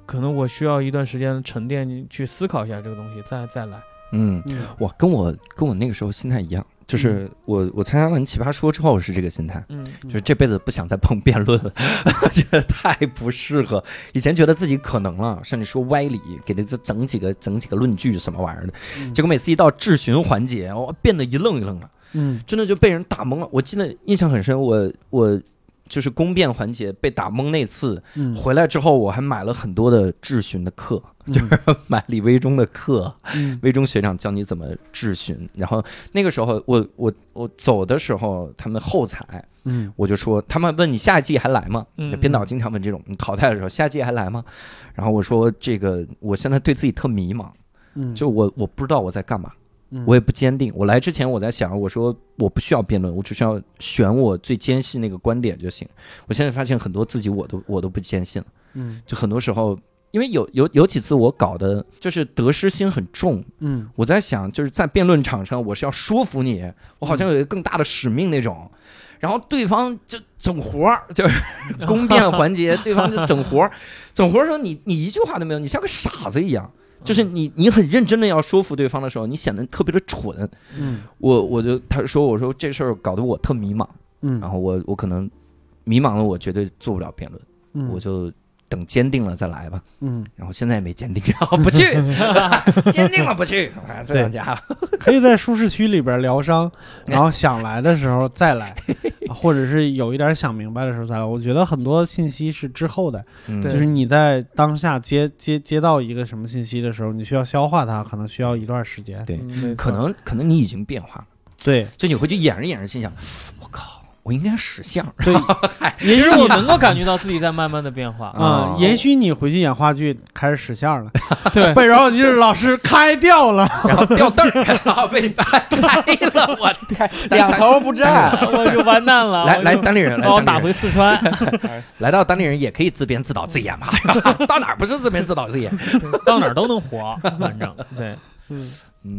可能我需要一段时间沉淀去思考一下这个东西，再再来。嗯，嗯哇，跟我跟我那个时候心态一样，就是我我参加完《奇葩说》之后是这个心态。嗯就是这辈子不想再碰辩论了， 觉得太不适合。以前觉得自己可能了，甚至说歪理，给他整几个整几个论据什么玩意儿嗯的。嗯结果每次一到质询环节，我变得一愣一愣的，嗯真的就被人打懵了。我记得印象很深，我我就是公辩环节被打懵那次，嗯回来之后我还买了很多的质询的课，嗯就是买李维忠的课， 嗯魏忠学长教你怎么质询。然后那个时候我我我走的时候，他们后采嗯我就说，他们问你下一季还来吗？嗯编导经常问这种，你淘汰的时候下一季还来吗？然后我说这个我现在对自己特迷茫，嗯，就我我不知道我在干嘛，嗯我也不坚定。我来之前我在想，我说我不需要辩论，我只需要选我最坚信那个观点就行。我现在发现很多自己我都我都不坚信了。嗯就很多时候，因为有有有几次我搞的就是得失心很重，嗯我在想就是在辩论场上我是要说服你，我好像有一个更大的使命那种。然后对方就整活儿，就是 公辩环节，对方就整活儿， 整活儿说你你一句话都没有，你像个傻子一样。就是你你很认真的要说服对方的时候，你显得特别的蠢。嗯我我就他说我说这事儿搞得我特迷茫，嗯，然后我我可能迷茫了，我绝对做不了辩论，嗯我就等坚定了再来吧。嗯，然后现在也没坚定，然后不 去，坚定了不 去，啊这两家， 可以在舒适区里边疗伤，然后想来的时候再 来，或者是有一点想明白的时候再来。我觉得很多信息是之后的，嗯就是你在当下接接接到一个什么信息的时候，你需要消化它，可能需要一段时间。对嗯没错可能可能你已经变化了，对就你回去演着演着，心想，我靠，我应该使相， 对，其实我能够感觉到自己在慢慢的变 化。啊啊，也许你回去演话剧开始使相了， 对，被饶有就是老师开掉了。然后掉凳儿， 然后被掰开了， 我天，两头不占， 我就完蛋了。来我来就单立人，来把我单立打人回四川。 来到单立人也可以自编自导 自演嘛，到哪儿不是自编自导自演？到哪儿都能活，反 正对，没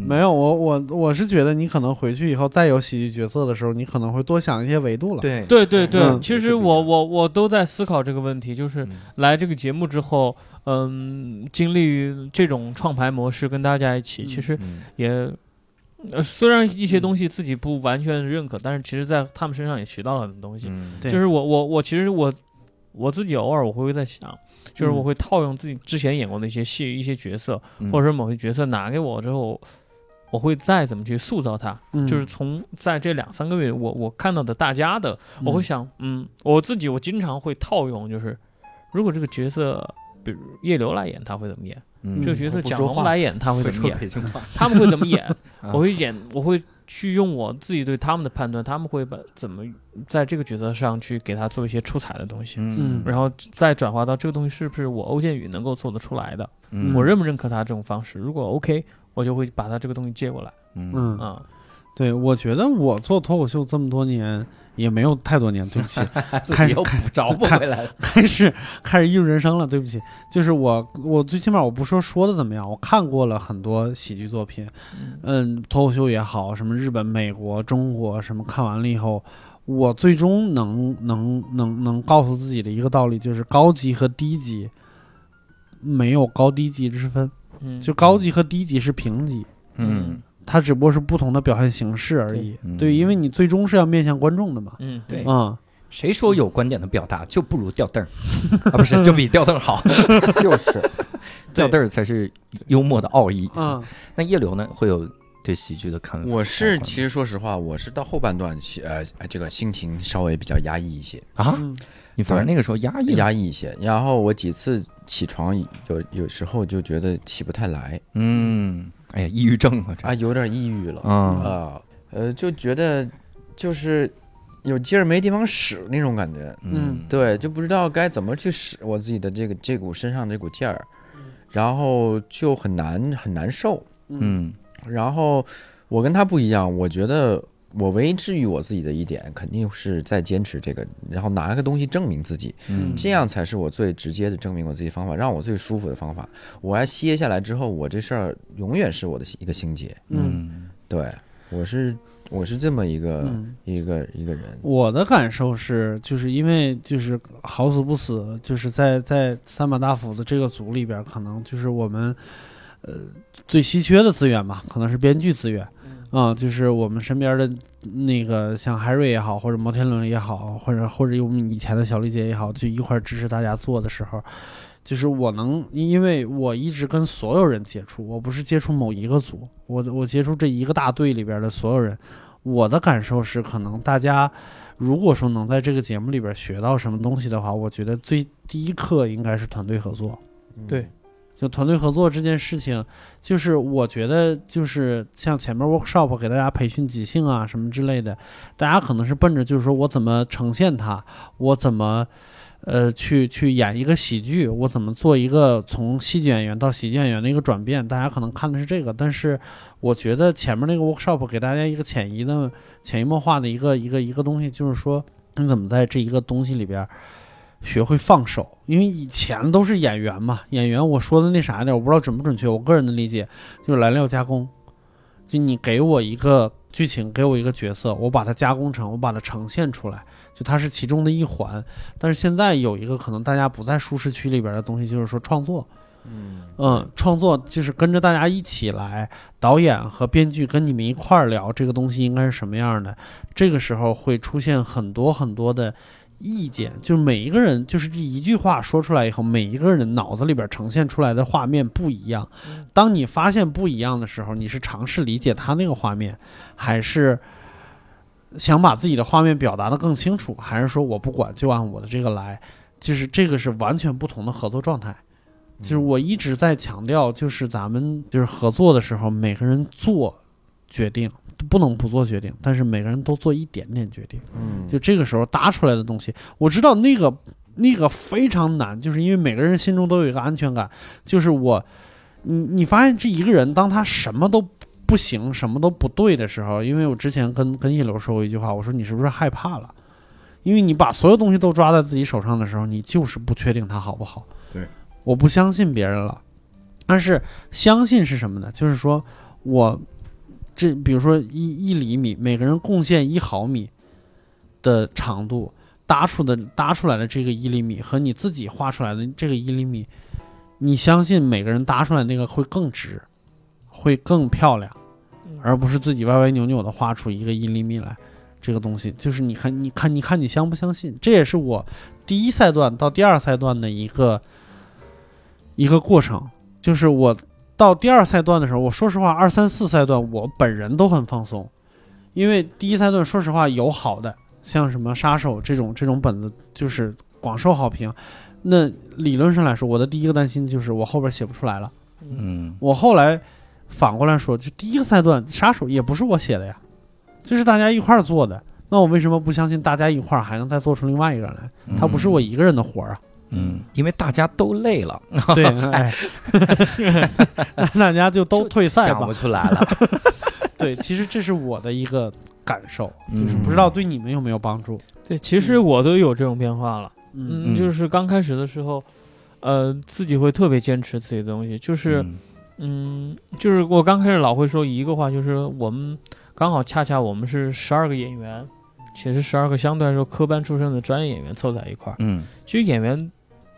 没有，我我我是觉得你可能回去以后再有喜剧角色的时候，你可能会多想一些维度了。，对对对对，嗯其实我我我都在思考这个问题，就是嗯来这个节目之后，嗯，经历这种创牌模式跟大家一起，嗯其实嗯也、呃虽然一些东西自己不完全认可，但是其实在他们身上也学到了很多东西。嗯对就是我我我其实我我自己偶尔我会在想，就是嗯我会套用自己之前演过的一些戏、一些角色，嗯或者说某些角色拿给我之后，我会再怎么去塑造它。嗯、就是从在这两三个月，我我看到的大家的，嗯我会想，嗯，我自己我经常会套用，就是如果这个角色，比如叶流来演，他会怎么演？嗯这个角色我不蒋说龙话来演，他会会怎么说演？北京话，？他们会怎么演啊我会演，我会去用我自己对他们的判断，他们会把怎么在这个角色上去给他做一些出彩的东西。嗯然后再转化到这个东西是不是我欧建宇能够做得出来的，嗯我认不认可他这种方式？如果 OK，我就会把他这个东西接过来 嗯嗯，啊。对，我觉得我做脱口秀这么多年，也没有太多年，对不起，自看己又补着不回来了， 开始开始艺术人生了，对不起，就是我我最起码我不说说的怎么样，我看过了很多喜剧作品，嗯，脱口秀也好，什么日本、美国、中国什么，看完了以后。我最终能能能能告诉自己的一个道理就是，高级和低级没有高低级之分，嗯，就高级和低级是平级，嗯它只不过是不同的表现形式而已。对嗯对，因为你最终是要面向观众的嘛。嗯，对啊、谁说有观点的表达就不如吊凳儿 啊？不嗯是，就比吊凳儿好， 就是吊凳儿才是幽默的奥义。嗯，那叶流呢，会有对喜剧的看法？我是其实说实话，我是到后半段其呃这个心情稍微比较压抑一些，啊，嗯你反而那个时候压哎抑了，压抑一些。然后我几次起床有有时候就觉得起不太来嗯，哎呀，抑郁症啊，这啊，有点抑郁了嗯啊，呃就觉得就是有劲儿没地方使那种感觉，嗯，对，就不知道该怎么去使我自己的这个这股身上这股劲儿，然后就很难很难受。嗯然后我跟他不一样，我觉得我唯一治愈我自己的一点，肯定是在坚持这个，然后拿个东西证明自己，嗯，这样才是我最直接的证明我自己方法，让我最舒服的方法。我还歇下来之后，我这事儿永远是我的一个心结。嗯对我是我是这么一个、嗯一个一个人，我的感受是，就是因为就是好死不死，就是在在三把大斧子这个组里边，可能就是我们，呃，最稀缺的资源吧，可能是编剧资源，啊、就是我们身边的那个像 Harry 也好，或者毛天伦也好，或者或者有我们以前的小丽姐也好，就一块儿支持大家做的时候，就是我能，因为我一直跟所有人接触，我不是接触某一个组，我我接触这一个大队里边的所有人，我的感受是，可能大家如果说能在这个节目里边学到什么东西的话，我觉得最第一课应该是团队合作。嗯对就团队合作这件事情，就是我觉得就是像前面 workshop 给大家培训即兴啊什么之类的，大家可能是奔着就是说我怎么呈现它，我怎么呃去去演一个喜剧，我怎么做一个从戏剧演员到喜剧演员的一个转变，大家可能看的是这个，但是我觉得前面那个 workshop 给大家一个潜移的潜移默化的一个一个一个东西，就是说你怎么在这一个东西里边学会放手，因为以前都是演员嘛，演员我说的那啥一点，我不知道准不准确，我个人的理解就是燃料加工，就你给我一个剧情，给我一个角色，我把它加工成，我把它呈现出来，就它是其中的一环。但是现在有一个可能大家不在舒适区里边的东西，就是说创作，嗯嗯，创作就是跟着大家一起来，导演和编剧跟你们一块儿聊这个东西应该是什么样的。这个时候会出现很多很多的意见，就是每一个人就是这一句话说出来以后，每一个人脑子里边呈现出来的画面不一样。当你发现不一样的时候，你是尝试理解他那个画面，还是想把自己的画面表达的更清楚，还是说我不管就按我的这个来？就是这个是完全不同的合作状态。就是我一直在强调，就是咱们就是合作的时候，每个人做决定不能不做决定，但是每个人都做一点点决定。嗯就这个时候搭出来的东西，我知道那个那个非常难，就是因为每个人心中都有一个安全感，就是我，你你发现这一个人，当他什么都不行，什么都不对的时候，因为我之前跟跟叶流说过一句话，我说你是不是害怕了？因为你把所有东西都抓在自己手上的时候，你就是不确定它好不好。对，我不相信别人了，但是相信是什么呢？就是说我这，比如说一一厘米，每个人贡献一毫米，的长度搭出的搭出来的这个一厘米和你自己画出来的这个一厘米，你相信每个人搭出来那个会更直，会更漂亮，而不是自己歪歪扭扭的画出一个一厘米来。这个东西就是你看，你看，你看，你相不相信？这也是我第一赛段到第二赛段的一个一个过程。就是我到第二赛段的时候，我说实话，二三四赛段我本人都很放松，因为第一赛段说实话有好的，像什么杀手这种这种本子，就是广受好评。那理论上来说，我的第一个担心就是我后边写不出来了。嗯我后来反过来说，就第一个赛段杀手也不是我写的呀，这是大家一块儿做的。那我为什么不相信大家一块儿还能再做出另外一个人来？嗯它不是我一个人的活 儿啊。嗯，因为大家都累了，对，哎， 那大家就都就退赛想吧不。出来了，对，其实这是我的一个感受，就是嗯不知道对你们有没有帮助。对，其实我都有这种变化了。嗯嗯，嗯就是刚开始的时候，呃，自己会特别坚持自己的东西，就是嗯嗯，就是我刚开始老会说一个话，就是我们刚好恰恰我们是十二个演员，且是十二个相对来说科班出身的专业演员凑在一块儿。嗯其实演员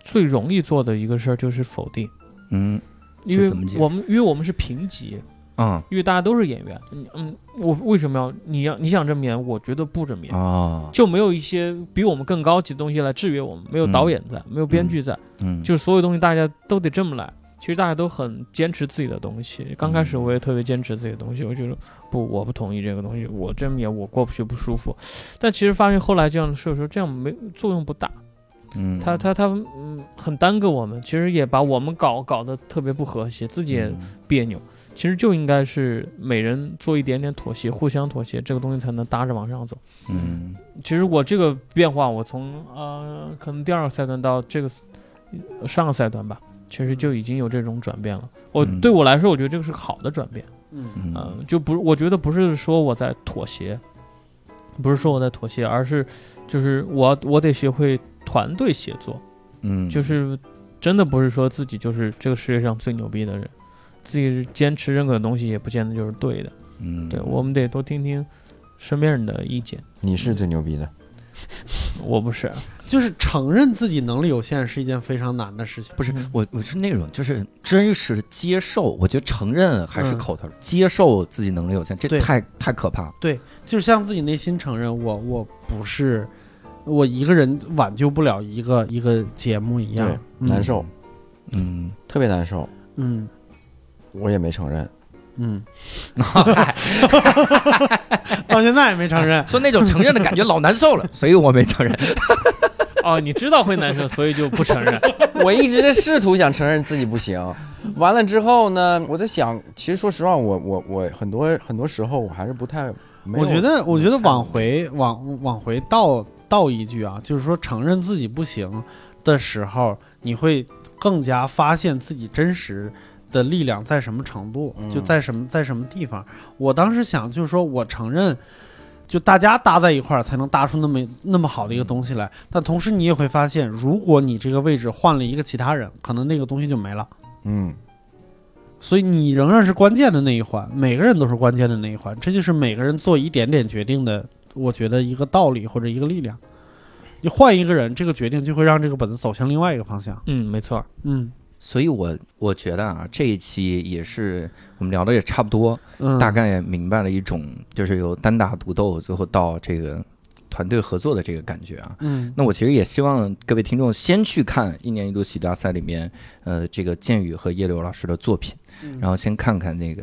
最容易做的一个事儿就是否定，嗯因这为怎么解释我们因为我们是评级，嗯因为大家都是演员。嗯嗯，我为什么要你要你想这么演，我觉得不这么演，哦，就没有一些比我们更高级的东西来制约我们，没有导演在，没有编剧在，嗯，就是所有东西大家都得这么来。其实大家都很坚持自己的东西。刚开始我也特别坚持自己的东西，我觉得不，我不同意这个东西，我这么演我过不去不舒服。但其实发现后来这样的事儿说这样没作用不大，嗯他他他嗯很耽搁我们，其实也把我们搞搞得特别不和谐，自己也别嗯扭。其实就应该是每人做一点点妥协，互相妥协，这个东西才能搭着往上走。嗯其实我这个变化，我从呃可能第二个赛段到这个呃上个赛段吧，其实就已经有这种转变了。我、嗯对我来说，我觉得这个是个好的转变。嗯嗯嗯，就不是，我觉得不是说我在妥协，不是说我在妥协，而是就是我我得学会团队协作，嗯，就是真的不是说自己就是这个世界上最牛逼的人，自己坚持认可的东西也不见得就是对的。嗯，对我们得多听听身边人的意见。你是最牛逼的，我不是，就是承认自己能力有限是一件非常难的事情。不是我，我是那种就是真实接受，我觉得承认还是嗯口头、接受自己能力有限，这对太太可怕了。就是向自己内心承认我我不是我一个人挽救不了一个一个节目一样对，难受，嗯，。特别难受，嗯我也没承认。嗯， 到现在也没承认说那种承认的感觉老难受了， 所以我没承认。哦，你知道会难受，所以就不 承认。 我一直在试图想承认自己不行，完了之后呢，我在想，其实说实话，我我我很多很多时候我还是不太，没有我觉得我觉得往回往往回倒倒一句啊，就是说承认自己不行的时候，你会更加发现自己真实。的力量在什么程度，嗯就在什么在什么地方。我当时想，就是说我承认，就大家搭在一块儿才能搭出那么那么好的一个东西来。但同时你也会发现，如果你这个位置换了一个其他人，可能那个东西就没了。嗯，所以你仍然是关键的那一环，每个人都是关键的那一环，这就是每个人做一点点决定的，我觉得一个道理或者一个力量。你换一个人，这个决定就会让这个本子走向另外一个方向。嗯，没错儿。嗯所以我我觉得啊，这一期也是我们聊的也差不多，嗯，大概也明白了一种就是由单打独斗，最后到这个团队合作的这个感觉啊。嗯那我其实也希望各位听众先去看一年一度喜剧大赛里面，呃，这个剑宇和叶柳老师的作品，然后先看看那个，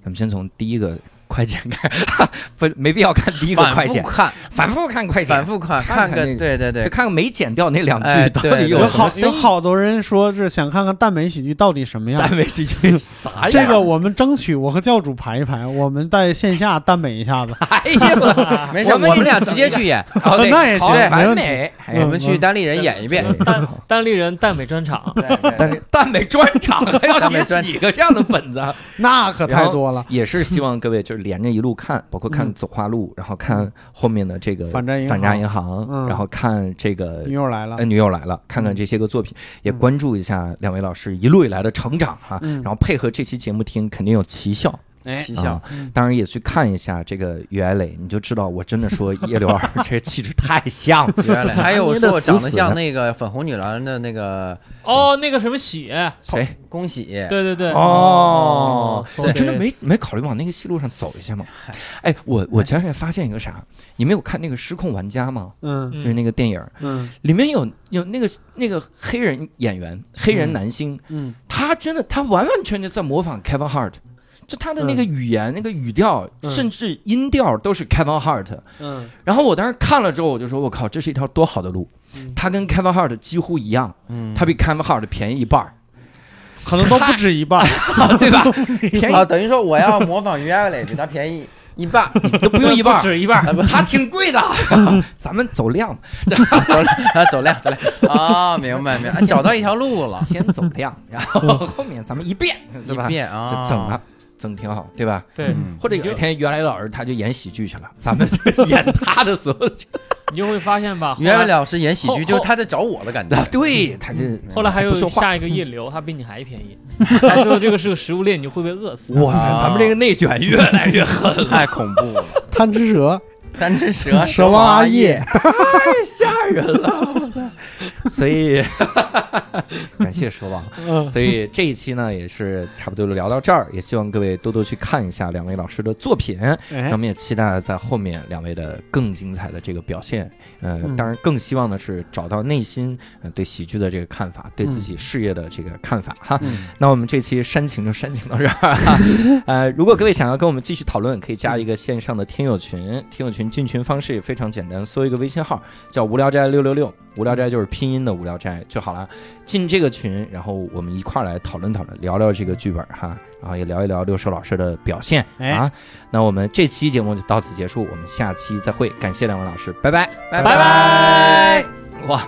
咱们先从第一个快剪开， 不没必要看第一个快反复剪，看，反复看快反剪，复看，看看看那个，个对对就对，看看没剪掉那两哎句到对底对有有什么 好深有意。好多人说是想看看耽美喜剧到底什么样但。没戏剧啥呀？这个我们争取，我和教主排一排，我们在线下耽美一 下子。哎呀，没事，我我们们俩直接去演， 好嘞，那也好行嘞没完问题美。嗯我们去单立人演一遍。单单立人耽美 专场，对对对但但美专场还 要耽美写专几个这样的本子啊？那可太多了。也是希望各位就是连着一路看，包括看嗯走花路，然后看后面的这个反诈银行反诈银行，嗯然后看这个女。友来了呃，，女友来了，看看这些个作品，也嗯关注一下两位老师一路以来的成长哈、嗯然后配合这期节目听，肯定有奇效。哎，奇效啊，嗯当然也去看一下这个于爱磊，你就知道我真的说叶柳儿 这气质太像了，原来还有我说我长捏得得死死的像那个粉红女郎的那个哦，那个什么喜，谁？恭喜，对对对，哦，so 你真的 this 没没考虑往那个戏路上走一下吗？哎，我我前两天发现一个啥，你没有看那个《失控玩家》吗？嗯就是那个电影，嗯里面有有那个那个黑人演员，黑人男星，嗯他真的他完完全全在模仿 Kevin Hart，就他的那个语言、那个语调，嗯甚至音调都是 Kevin Hart。 嗯然后我当时看了之后，我就说：“我靠，这是一条多好的路！嗯他跟 Kevin Hart 几乎一样，嗯，他比 Kevin Hart 便宜一半儿， 可能都不止一半。对吧？便宜啊，等于说我要模仿于爱磊，比他便宜一半，都不用一半 不儿，止一半儿，他挺贵的。咱们走量， 走了啊，走量走量啊，明白明白，找到一条路了，先走 量，然后后面咱哦们一变，是吧？一遍啊，就整了，整挺好，对吧？对， 嗯或者有一天原来老师他就演喜剧去了，咱 们就演他的所有的你就会发现吧，后于爱来磊老师演喜后剧，就是他在找我的感 觉啊，，对，他就后来还有不说话下 一个夜流，他比你还便宜，哎最后这个是个食物链，你会被饿死。啊哎哇塞，咱们这个内卷越来越狠了。 太恐怖了，贪吃蛇，贪吃蛇，蛇王阿叶， 吓人 了，我操！所以 感谢蛇王。所以这一期呢，也是差不多就聊到这儿，也希望各位多多去看一下两位老师的作品。哎那我们也期待在后面两位的更精彩的这个表现。呃，嗯当然更希望的是找到内心呃对喜剧的这个看法，对自己事业的这个看法哈。嗯那我们这期煽情就煽情到这儿、哈。呃，如果各位想要跟我们继续讨论，可以加一个线上的听友群，听友群进群方式也非常简单，搜一个微信号叫“无聊斋六六六”，无聊斋就是拼音的无聊斋就好了。进这个群，然后我们一块儿来讨论讨论，聊聊这个剧本哈，然后也聊一聊六兽老师的表现、哎啊。那我们这期节目就到此结束，我们下期再会，感谢两位老师，拜拜。拜拜拜。哇，